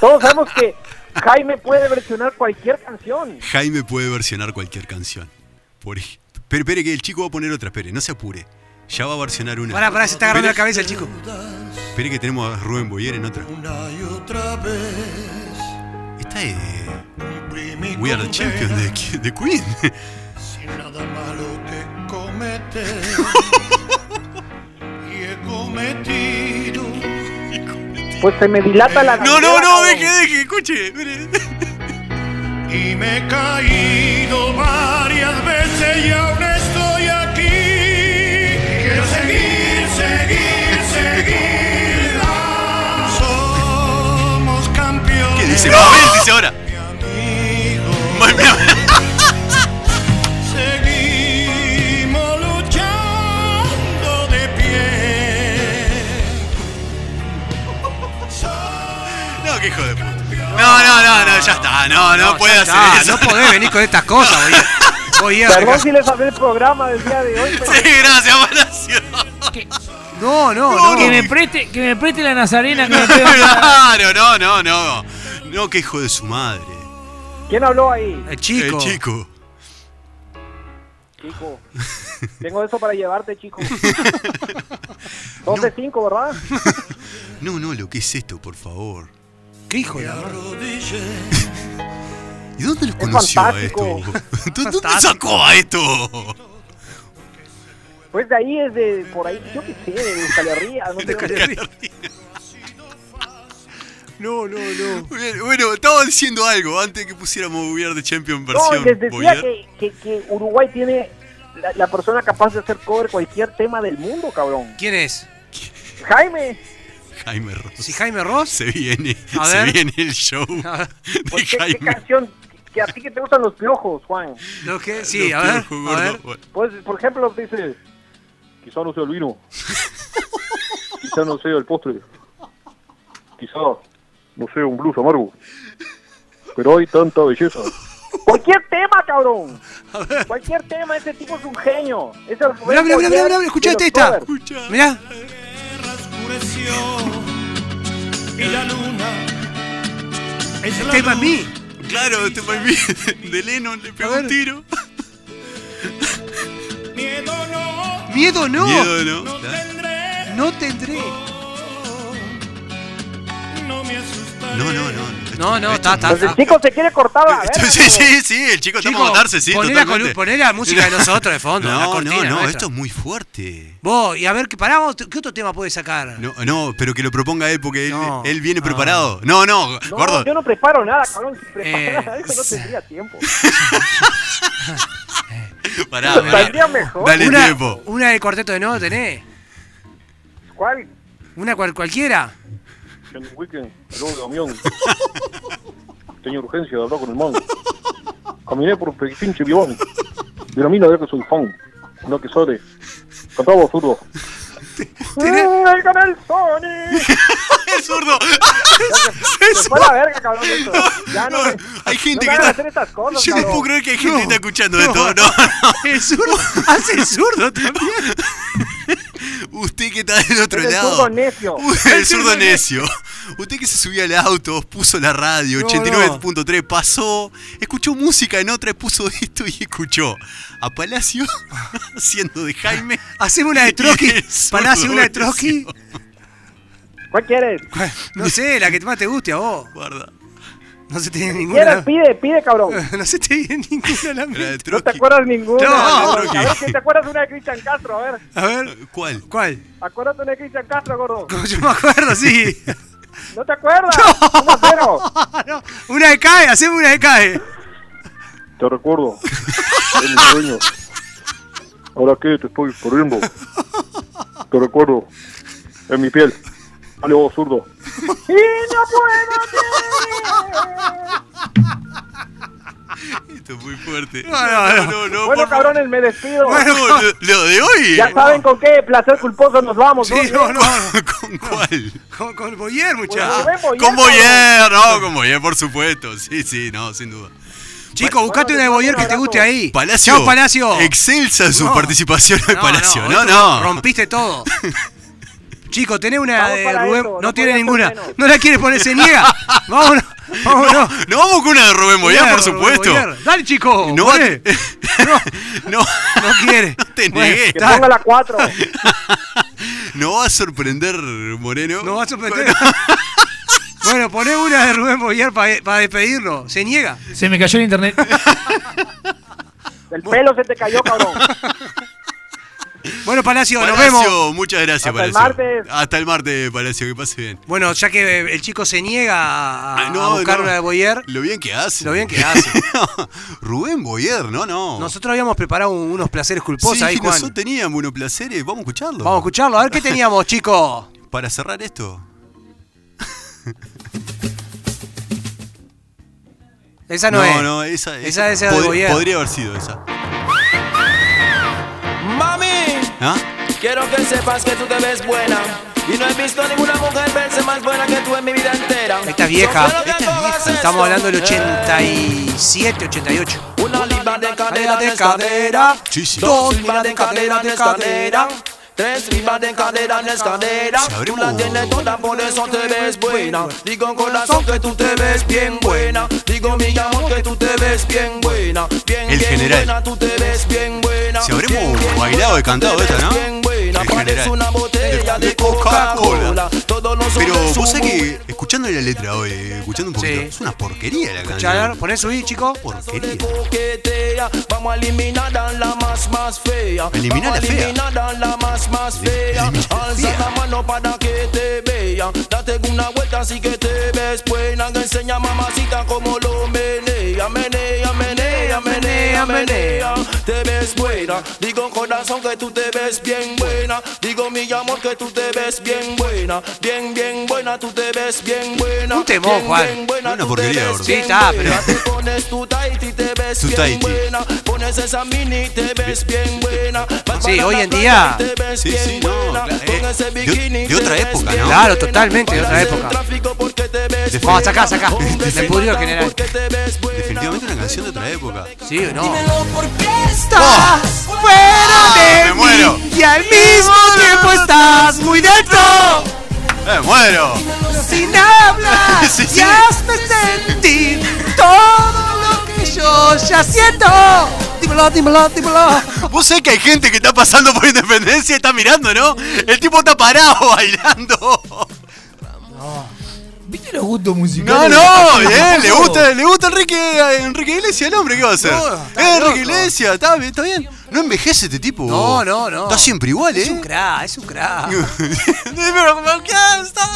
Speaker 8: Todos sabemos que Jaime puede versionar cualquier canción.
Speaker 3: Jaime puede versionar cualquier canción. Por ej- Pero espere, que el chico va a poner otra, espere, no se apure. Ya va a versionar una.
Speaker 2: Pará, pará, se está agarrando la cabeza el chico.
Speaker 3: Espere que tenemos a Rubén Boyer en otra.
Speaker 9: Una y otra vez.
Speaker 3: Esta es
Speaker 9: imprimí
Speaker 3: We Are the
Speaker 9: con
Speaker 3: Champions de,
Speaker 9: veras,
Speaker 3: Ki- de Queen.
Speaker 9: Sin nada malo que cometer. y he cometido.
Speaker 8: Pues se me dilata
Speaker 2: Ah,
Speaker 8: la
Speaker 3: No, no,
Speaker 8: ganguera,
Speaker 3: no,
Speaker 8: cabrón.
Speaker 3: deje, deje, escuche. espere.
Speaker 9: Y me he caído varias veces y aún estoy aquí. Quiero seguir, seguir, seguir. Somos campeones.
Speaker 3: ¿Qué dice? Mabel dice ahora.
Speaker 9: Mi amigo.
Speaker 3: Ma- mira,
Speaker 9: Seguimos luchando de pie.
Speaker 3: No, qué hijo de puta. No, no, no, no, ya está. No, no,
Speaker 2: ya
Speaker 3: puede hacer
Speaker 2: está,
Speaker 3: eso.
Speaker 2: No podés venir con estas cosas, Boyer. Boyer,
Speaker 8: Perdón
Speaker 2: deja-
Speaker 8: si les hablé el programa del día de hoy, pero
Speaker 3: Sí, gracias, Palacio.
Speaker 2: No,
Speaker 3: No,
Speaker 2: no, no.
Speaker 3: no.
Speaker 6: Que me preste, que me preste la nazarena que me pega.
Speaker 3: Claro, no, no, no. No, qué hijo de su madre.
Speaker 8: ¿quién habló ahí?
Speaker 2: El chico.
Speaker 3: El chico.
Speaker 8: Chico, tengo eso para llevarte, chico. Dos de cinco, ¿verdad?
Speaker 3: No, no, lo que es esto, por favor.
Speaker 2: ¿Qué hijo de la madre?
Speaker 3: ¿Y dónde los conoció a esto?
Speaker 8: fantástico.
Speaker 3: ¿Dó- ¿Dónde sacó a esto?
Speaker 8: Pues de ahí es de por ahí, yo qué sé, de Euskalería. No sé dónde.
Speaker 2: No, no, no.
Speaker 3: Bueno, bueno, estaba diciendo algo antes que pusiéramos We Are the Champion
Speaker 8: No,
Speaker 3: versión.
Speaker 8: les decía
Speaker 3: Boyer.
Speaker 8: que, que- que Uruguay tiene la, la persona capaz de hacer cover cualquier tema del mundo, cabrón.
Speaker 2: ¿Quién es?
Speaker 8: Jaime,
Speaker 3: Jaime Ross.
Speaker 2: ¿Si Jaime Ross?
Speaker 3: Se viene,
Speaker 2: A
Speaker 3: se
Speaker 2: ver.
Speaker 3: viene el show
Speaker 2: A ver.
Speaker 3: de
Speaker 8: pues, ¿qué, qué
Speaker 3: Jaime.
Speaker 8: canción? Que a ti que te gustan los piojos, Juan.
Speaker 2: ¿Lo que? Sí,
Speaker 3: Lo
Speaker 2: a ver.
Speaker 3: pienso,
Speaker 2: A
Speaker 3: gordo.
Speaker 2: ver.
Speaker 3: Bueno,
Speaker 8: Pues, por ejemplo, dice, quizá no sea el vino, quizá no sea el postre, quizá no sea un blues amargo, pero hay tanta belleza. Cualquier tema, cabrón. Cualquier tema, ese tipo es un genio. Es el
Speaker 2: Mirá, mirá,
Speaker 8: Rubén
Speaker 2: mirá,
Speaker 8: Boyer
Speaker 2: mirá, mirá, escuchate
Speaker 8: de los
Speaker 2: esta.
Speaker 8: covers.
Speaker 3: Escucha.
Speaker 2: Mirá.
Speaker 9: Oscureció y la luna. Es la
Speaker 2: Tema
Speaker 9: luz.
Speaker 2: mí.
Speaker 3: Claro, este fue mi- de Lennon le pegó
Speaker 2: A ver.
Speaker 3: un tiro.
Speaker 9: Miedo no,
Speaker 2: Miedo no.
Speaker 3: Miedo, ¿no?
Speaker 9: no
Speaker 3: Claro.
Speaker 9: tendré.
Speaker 2: No tendré.
Speaker 9: No me asustaré.
Speaker 3: No, no, no. no.
Speaker 2: No, no, está, está.
Speaker 8: Pues
Speaker 2: está.
Speaker 8: el chico se quiere cortar la
Speaker 3: Esto-
Speaker 8: verga,
Speaker 3: Ah, sí,
Speaker 8: cabrón.
Speaker 3: sí, sí, el chico está
Speaker 2: Chico,
Speaker 3: para matarse, sí,
Speaker 2: poné la,
Speaker 3: totalmente.
Speaker 2: colu- poné la música de nosotros de fondo. la
Speaker 3: No,
Speaker 2: cortina
Speaker 3: no, no,
Speaker 2: nuestra.
Speaker 3: esto es muy fuerte.
Speaker 2: Vos, y a ver, que pará, vos, ¿qué otro tema puedes sacar?
Speaker 3: No, no, pero que lo proponga él porque él,
Speaker 2: No,
Speaker 3: él viene
Speaker 2: no.
Speaker 3: preparado. No, no,
Speaker 8: No,
Speaker 3: gordo.
Speaker 8: yo no preparo nada, cabrón. Si
Speaker 2: Eh,
Speaker 8: preparara algo no tendría tiempo.
Speaker 3: Pará, pará.
Speaker 8: Saldría mejor.
Speaker 3: Dale
Speaker 2: una,
Speaker 3: tiempo.
Speaker 2: Una del cuarteto de no tenés.
Speaker 8: ¿Cuál?
Speaker 2: Una cual- cualquiera.
Speaker 8: Yendo un weekend, al lado de Damián. Tenía urgencia de hablar con el man. Caminé por el pinche vivón. De la mina de la que soy fan. Una que sale. Cantaba zurdo.
Speaker 10: Mm, ahí con el Sony!
Speaker 3: ¡Es zurdo!
Speaker 10: ¡Se fue a la verga, cabrón! esto. Ya no, me-
Speaker 3: Hay gente
Speaker 10: no
Speaker 3: que
Speaker 10: me hagan
Speaker 3: está.
Speaker 10: hacer estas cosas,
Speaker 3: Yo no
Speaker 10: cabrón.
Speaker 3: puedo creer que hay gente que está escuchando
Speaker 2: no.
Speaker 3: esto. No, no.
Speaker 2: El zurdo. Hace el zurdo también.
Speaker 3: Usted que está del otro
Speaker 10: Es el
Speaker 3: lado.
Speaker 10: zurdo necio.
Speaker 3: El zurdo necio. Usted que se subió al auto, puso la radio,
Speaker 2: No,
Speaker 3: 89.3, pasó, escuchó música en otra, puso esto y escuchó a Palacio haciendo de Jaime.
Speaker 2: Hacemos una de Trotsky.
Speaker 3: El zurdo
Speaker 2: Palacio, una de
Speaker 3: necio.
Speaker 2: Trotsky.
Speaker 10: ¿Cuál quieres?
Speaker 2: No sé, la que más te guste a vos.
Speaker 3: Guarda.
Speaker 2: No se te
Speaker 10: ¿Quieres?
Speaker 2: viene ninguna.
Speaker 10: Pide, pide, cabrón.
Speaker 2: No se te viene ninguna a la
Speaker 3: Era de
Speaker 2: mente.
Speaker 10: No te
Speaker 3: Trotsky.
Speaker 10: acuerdas ninguna.
Speaker 2: No,
Speaker 10: cabrón.
Speaker 3: Rocky.
Speaker 10: a ver, ¿qué te acuerdas de una de Cristian Castro? A ver,
Speaker 2: A ver,
Speaker 3: ¿Cuál?
Speaker 2: ¿cuál?
Speaker 10: acuérdate de una de Cristian Castro, gordo.
Speaker 2: Como yo me acuerdo, sí.
Speaker 10: ¿No te acuerdas? ¿Cómo cero?
Speaker 2: No, una de cae, hacemos una de cae.
Speaker 8: Te recuerdo. Es mi sueño. Ahora que te estoy corriendo. Te recuerdo. En mi piel. Dale vos, zurdo.
Speaker 10: ¡Y no puedo! creer.
Speaker 3: Esto es muy fuerte.
Speaker 2: No, no, no.
Speaker 10: Bueno,
Speaker 3: por favor.
Speaker 10: cabrones, me despido.
Speaker 3: No, lo, lo de hoy.
Speaker 10: Ya saben con qué placer culposo nos vamos.
Speaker 2: Sí,
Speaker 10: ¿no? Pues
Speaker 2: no, no.
Speaker 3: ¿Con cuál?
Speaker 2: Con, con Boyer,
Speaker 10: Con
Speaker 2: muchachos.
Speaker 10: Rubén Boyer,
Speaker 3: Con
Speaker 10: cabrón.
Speaker 3: Boyer, no, con Boyer, por supuesto. Sí, sí, no, sin duda.
Speaker 2: Chicos, buscate una de Boyer que te guste ahí.
Speaker 3: Palacio.
Speaker 2: Chao, Palacio.
Speaker 3: Excelsa su
Speaker 2: No.
Speaker 3: participación en
Speaker 2: No,
Speaker 3: Palacio.
Speaker 2: hoy
Speaker 3: No,
Speaker 2: tú
Speaker 3: no.
Speaker 2: Rompiste todo. Chicos, tenés una
Speaker 10: Vamos
Speaker 2: de
Speaker 10: para
Speaker 2: Rubén.
Speaker 10: eso,
Speaker 2: no
Speaker 10: no
Speaker 2: tiene
Speaker 10: podía ser
Speaker 2: ninguna.
Speaker 10: menos.
Speaker 2: No la quiere poner, se niega. Vámonos. Vámonos.
Speaker 3: No vamos con una de Rubén Boyer,
Speaker 2: Boyer,
Speaker 3: por supuesto.
Speaker 2: Boyer. Dale, chico.
Speaker 3: No,
Speaker 2: poné.
Speaker 3: no, no,
Speaker 2: No quiere.
Speaker 3: te
Speaker 2: Bueno,
Speaker 3: negué.
Speaker 10: Que
Speaker 2: está-
Speaker 10: ponga la 4.
Speaker 3: No va a sorprender, Moreno.
Speaker 2: No va a sorprender. bueno, poné una de Rubén Boyer para despedirlo. Se niega.
Speaker 6: Se me cayó el internet.
Speaker 10: El pelo se te cayó, cabrón.
Speaker 2: Bueno, Palacio, nos
Speaker 3: Palacio,
Speaker 2: vemos.
Speaker 3: muchas gracias,
Speaker 10: Hasta el
Speaker 3: Palacio.
Speaker 10: martes.
Speaker 3: Hasta el martes, Palacio, que pase bien.
Speaker 2: Bueno, ya que eh, el chico se niega a,
Speaker 3: Ah,
Speaker 2: a buscar una de Boyer,
Speaker 3: Lo bien que hace.
Speaker 2: Lo bien que hace.
Speaker 3: Rubén Boyer, no, no.
Speaker 2: nosotros habíamos preparado un- unos placeres culposos
Speaker 3: Sí,
Speaker 2: ahí, Juan.
Speaker 3: nosotros teníamos unos placeres. Vamos a escucharlo.
Speaker 2: Vamos a escucharlo, a ver qué teníamos, chicos.
Speaker 3: Para cerrar esto.
Speaker 2: Esa no, es.
Speaker 3: no, esa,
Speaker 2: Esa es la de
Speaker 3: pod-
Speaker 2: Boyer.
Speaker 3: Podría haber sido esa.
Speaker 4: Mami,
Speaker 3: ¿Ah?
Speaker 4: quiero que sepas que tú te ves buena. Y no he visto ninguna mujer verse más buena que tú en mi vida entera.
Speaker 2: Esta es vieja.
Speaker 4: Solo que tú Eh. haces
Speaker 2: Estamos hablando del
Speaker 4: esto.
Speaker 2: 87, 88.
Speaker 4: Una liba de cadera,
Speaker 2: Cadera
Speaker 4: de
Speaker 2: de
Speaker 4: cadera.
Speaker 2: cadera.
Speaker 3: Sí, sí.
Speaker 4: Dos libras de cadera, de cadera. Tres libras de cadera, de cadera. Tú la
Speaker 3: Sabremos.
Speaker 4: tienes toda, por eso te ves buena. Digo corazón que tú te ves bien buena. Digo mi amor que tú te ves bien buena. Bien,
Speaker 3: El
Speaker 4: bien
Speaker 3: general.
Speaker 4: buena, tú te ves bien buena.
Speaker 3: Si habremos
Speaker 4: Bien, bien
Speaker 3: bailado
Speaker 4: buena,
Speaker 3: y cantado
Speaker 4: tú te
Speaker 3: esta, ¿no?
Speaker 4: ves bien buena.
Speaker 3: El
Speaker 4: Parece
Speaker 3: general.
Speaker 4: una botella de,
Speaker 3: De- de Coca-Cola.
Speaker 4: Coca-Cola. Todos los
Speaker 3: Pero
Speaker 4: hombres
Speaker 3: vos
Speaker 4: son
Speaker 3: sabés
Speaker 4: muy-
Speaker 3: que escuchando la letra hoy, escuchando un poquito,
Speaker 2: Sí.
Speaker 3: es una porquería la
Speaker 2: Chalar,
Speaker 3: canción.
Speaker 2: poné subir, chicos.
Speaker 3: Porquería.
Speaker 4: coquetea. Vamos a eliminar a la más más fea. Vamos
Speaker 3: Eliminar la
Speaker 4: a
Speaker 3: fea.
Speaker 4: eliminar a la más más fea.
Speaker 3: Eliminar la
Speaker 4: Alza
Speaker 3: fea.
Speaker 4: la mano para que te vean. Date una vuelta así que te ves buena. Enseña mamacita cómo lo menea, menea, menea, menea, menea. Te ves buena. Digo corazón que tú te ves bien buena. Digo mi amor que tú te ves bien buena. Bien, bien buena, tú te ves bien buena.
Speaker 2: Un temón,
Speaker 4: Bien,
Speaker 2: Juan.
Speaker 4: bien buena,
Speaker 3: Una
Speaker 4: tú te
Speaker 3: porquería,
Speaker 4: ves
Speaker 3: gordo.
Speaker 2: Sí,
Speaker 4: bien
Speaker 2: está,
Speaker 4: buena.
Speaker 2: pero-
Speaker 4: Te pones tu tight y te ves
Speaker 3: Tu
Speaker 4: bien
Speaker 3: tight.
Speaker 4: buena. Pones esa mini y te ves bien buena. Vas
Speaker 2: Sí,
Speaker 4: para
Speaker 2: hoy
Speaker 4: la
Speaker 2: en
Speaker 4: playa y
Speaker 2: día-
Speaker 4: te ves
Speaker 3: Sí,
Speaker 4: bien
Speaker 3: sí, no,
Speaker 4: buena.
Speaker 3: claro,
Speaker 4: Con
Speaker 3: eh,
Speaker 4: ese
Speaker 3: de-
Speaker 4: bikini
Speaker 3: de
Speaker 4: te
Speaker 3: otra
Speaker 4: ves
Speaker 3: época,
Speaker 4: bien
Speaker 3: ¿no?
Speaker 2: Claro, totalmente, de otra
Speaker 4: Bailas en
Speaker 2: época.
Speaker 4: tráfico porque te ves
Speaker 3: Defi-
Speaker 2: Vamos, sacá, sacá.
Speaker 4: Hombres
Speaker 2: Se
Speaker 4: se
Speaker 2: pudrió el
Speaker 4: matan
Speaker 2: general.
Speaker 4: porque te ves buena.
Speaker 3: Definitivamente una canción de otra época.
Speaker 2: Sí, no. Ah,
Speaker 3: Oh,
Speaker 2: Fuera
Speaker 3: me muero.
Speaker 2: y al mismo tiempo estás muy dentro.
Speaker 3: ¡Me ¡Eh, muero!
Speaker 2: Sin hablar
Speaker 3: Sí, sí.
Speaker 2: y hazme sentir todo lo que yo ya siento. Dímelo, dímelo, dímelo.
Speaker 3: Vos sabés que hay gente que está pasando por independencia y está mirando, ¿no? El tipo está parado bailando.
Speaker 6: ¿Viste los gustos musicales?
Speaker 3: No, no, bien, le gusta, le gusta Enrique, a Enrique Iglesias el hombre, ¿qué va a hacer?
Speaker 2: No,
Speaker 3: eh,
Speaker 2: está
Speaker 3: Enrique
Speaker 2: loco.
Speaker 3: Iglesias, está bien, está bien. No envejece este tipo.
Speaker 2: No, no, no.
Speaker 3: Está siempre igual,
Speaker 2: Es un
Speaker 3: ¿eh?
Speaker 2: crack, es un crack.
Speaker 3: Pero, ¿por qué está?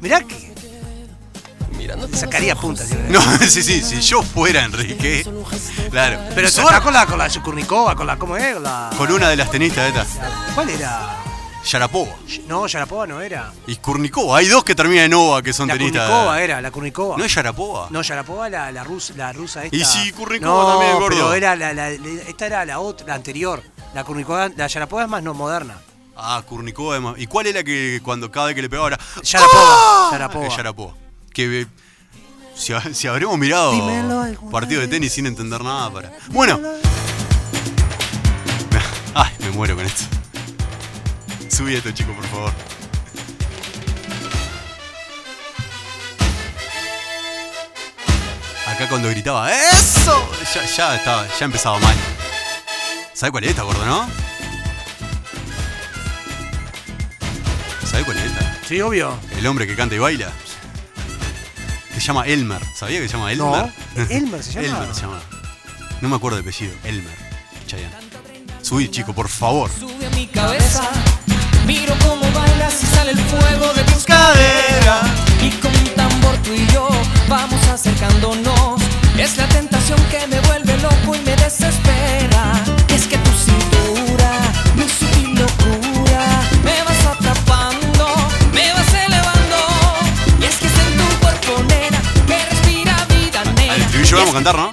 Speaker 2: Mirá que. Le sacaría punta. tío.
Speaker 3: No, sí, sí, si yo fuera Enrique. Claro.
Speaker 2: Pero se
Speaker 3: Suerte
Speaker 2: está con la, con la Yukurnikova, con la. ¿Cómo es? Con la-
Speaker 3: con una de las tenistas de estas.
Speaker 2: ¿Cuál era?
Speaker 3: Yarapova.
Speaker 2: No, Yarapova no era.
Speaker 3: Y Kurnikova. Hay dos que terminan en Nova que son
Speaker 2: La
Speaker 3: tenistas.
Speaker 2: Kurnikova eh. era, la Kurnikova.
Speaker 3: ¿No es Yarapova?
Speaker 2: No, Yarapova la, la, rusa, la rusa esta.
Speaker 3: Y sí, Kurnikova también, gordo.
Speaker 2: Pero era la, la- la- esta era la otra, la anterior. La Kurnikova, la Yarapova es más no moderna.
Speaker 3: Ah, Kurnikova. además. ¿Y cuál era que cuando cada vez que le pegaba era.
Speaker 2: Yarapova,
Speaker 3: ¡Ah!
Speaker 2: Yarapova.
Speaker 3: Es Yarapova. Que. eh, Si, ha- si habremos mirado
Speaker 2: Dímelo alguna
Speaker 3: partido de tenis sin entender nada para. Bueno. Ay, me muero con esto. Subí esto, chico, por favor. Acá cuando gritaba ¡Eso! Ya, ya estaba, ya empezaba mal. ¿Sabes cuál es esta, gordo, no? ¿Sabes cuál es esta?
Speaker 2: Sí, obvio.
Speaker 3: El hombre que canta y baila. Se llama Elmer. ¿Sabía que se llama
Speaker 2: No,
Speaker 3: Elmer?
Speaker 2: Elmer se llama.
Speaker 3: Elmer se llama. No me acuerdo de apellido. Elmer. Chayanne. Subí, chico, por favor.
Speaker 11: Sube a mi cabeza, miro cómo bailas y sale el fuego de tus
Speaker 3: caderas.
Speaker 11: Y con un tambor tú y yo vamos acercándonos. Es la tentación que me vuelve loco y me desespera. Es que tu cintura, mi sutil locura, me vas atrapando, me vas elevando. Y es que es en tu cuerpo, nena, que respira vida, nena.
Speaker 3: Al estribillo lo vamos a cantar, ¿no?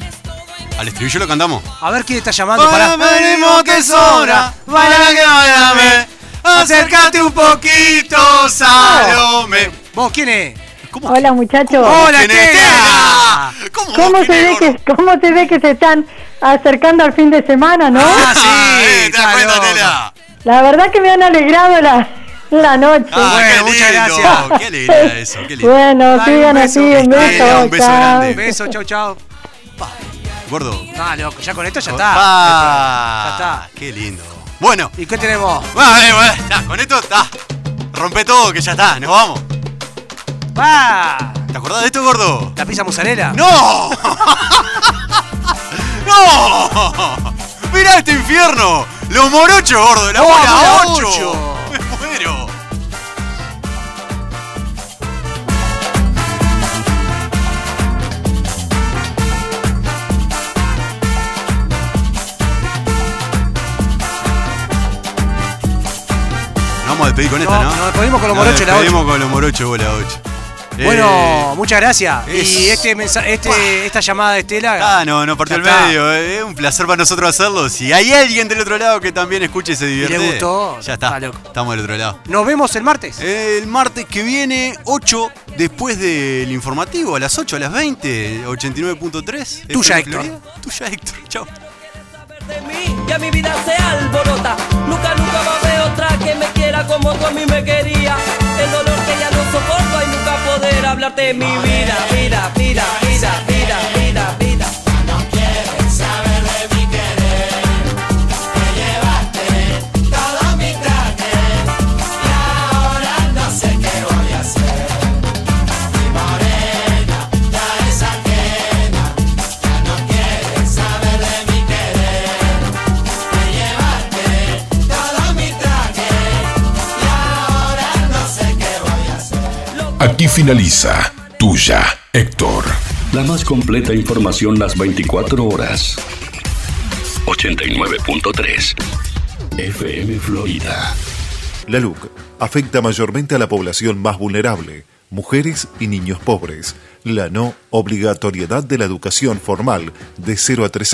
Speaker 3: Al estribillo lo cantamos.
Speaker 2: A ver quién está llamando
Speaker 3: Para
Speaker 2: para.
Speaker 3: veremos que es hora, para que bailame. Acércate un poquito, Salome.
Speaker 2: ¿Vos quién es?
Speaker 12: Hola muchachos.
Speaker 2: ¡Hola, Estela!
Speaker 3: ¿Cómo,
Speaker 12: se ve que, ¿Cómo se ve que se están acercando al fin de semana, no?
Speaker 2: Ah,
Speaker 3: sí, Ah, eh, te das cuenta, Tela.
Speaker 12: La verdad que me han alegrado la, la noche.
Speaker 3: Ah,
Speaker 2: Bueno, muchas gracias.
Speaker 3: Qué alegría eso, qué lindo.
Speaker 12: Bueno,
Speaker 2: Dale,
Speaker 12: sigan
Speaker 2: un
Speaker 12: así,
Speaker 2: beso.
Speaker 12: un beso.
Speaker 3: Estela, un beso
Speaker 12: chao.
Speaker 3: grande.
Speaker 2: Un beso, chau, chau.
Speaker 3: Gordo.
Speaker 2: Ah, loco, ya con esto ya está.
Speaker 3: Ah,
Speaker 2: Ya
Speaker 3: Qué lindo. Bueno. ah,
Speaker 2: ¿Y qué tenemos?
Speaker 3: Vale, vale, está, con esto está. Rompe todo, que ya está, nos vamos.
Speaker 2: ¡Pa!
Speaker 3: ¿Te acordás de esto, gordo?
Speaker 2: ¡Ah! ¿La pizza mozzarella?
Speaker 3: ¡No! ¡No! ¡Mirá este infierno! ¡Los morochos, gordo! ¡La
Speaker 2: ¡Oh,
Speaker 3: bola
Speaker 2: bola
Speaker 3: 8!
Speaker 2: ocho!
Speaker 3: ¡Me muero! Nos vamos a despedir con esta,
Speaker 2: No,
Speaker 3: ¿no?
Speaker 2: nos despedimos con los morochos, la
Speaker 3: Nos
Speaker 2: ocho.
Speaker 3: despedimos con los morochos, bola 8. Eh,
Speaker 2: Bueno, muchas gracias. Y
Speaker 3: es-
Speaker 2: este mensa- este, esta llamada de Estela.
Speaker 3: Ah, no, no partió
Speaker 2: Ya
Speaker 3: el
Speaker 2: está.
Speaker 3: medio. eh. Es un placer para nosotros hacerlo. Si hay alguien del otro lado que también escuche y se divierte.
Speaker 2: gustó,
Speaker 3: Ya está. Estamos del otro lado.
Speaker 2: Nos vemos el martes.
Speaker 3: El martes que viene, 8, después del informativo, a las 8, a las 20, 89.3.
Speaker 11: Tuya,
Speaker 3: FM
Speaker 11: Héctor.
Speaker 3: Florida. Tuya, Héctor. Chao.
Speaker 11: Ya mi vida se alborota. Nunca, nunca va a haber otra que me quiera como tú a mí me quería. El dolor que ya no soporto y nunca poder hablarte de mi vida, vida, vida, vida, vida, vida, vida. No quieren saber de mi querer. Te llevaste todo mi traje y ahora no sé qué voy a hacer. Mi morena ya es ajena. Ya no quieren saber de mi querer. Te llevaste todo mi traje y ahora no sé qué voy a hacer.
Speaker 1: Aquí finaliza Tuya, Héctor.
Speaker 13: La más completa información las 24 horas. 89.3 FM Florida.
Speaker 14: La LUC afecta mayormente a la población más vulnerable, mujeres y niños pobres. La no obligatoriedad de la educación formal de 0 a 3 años.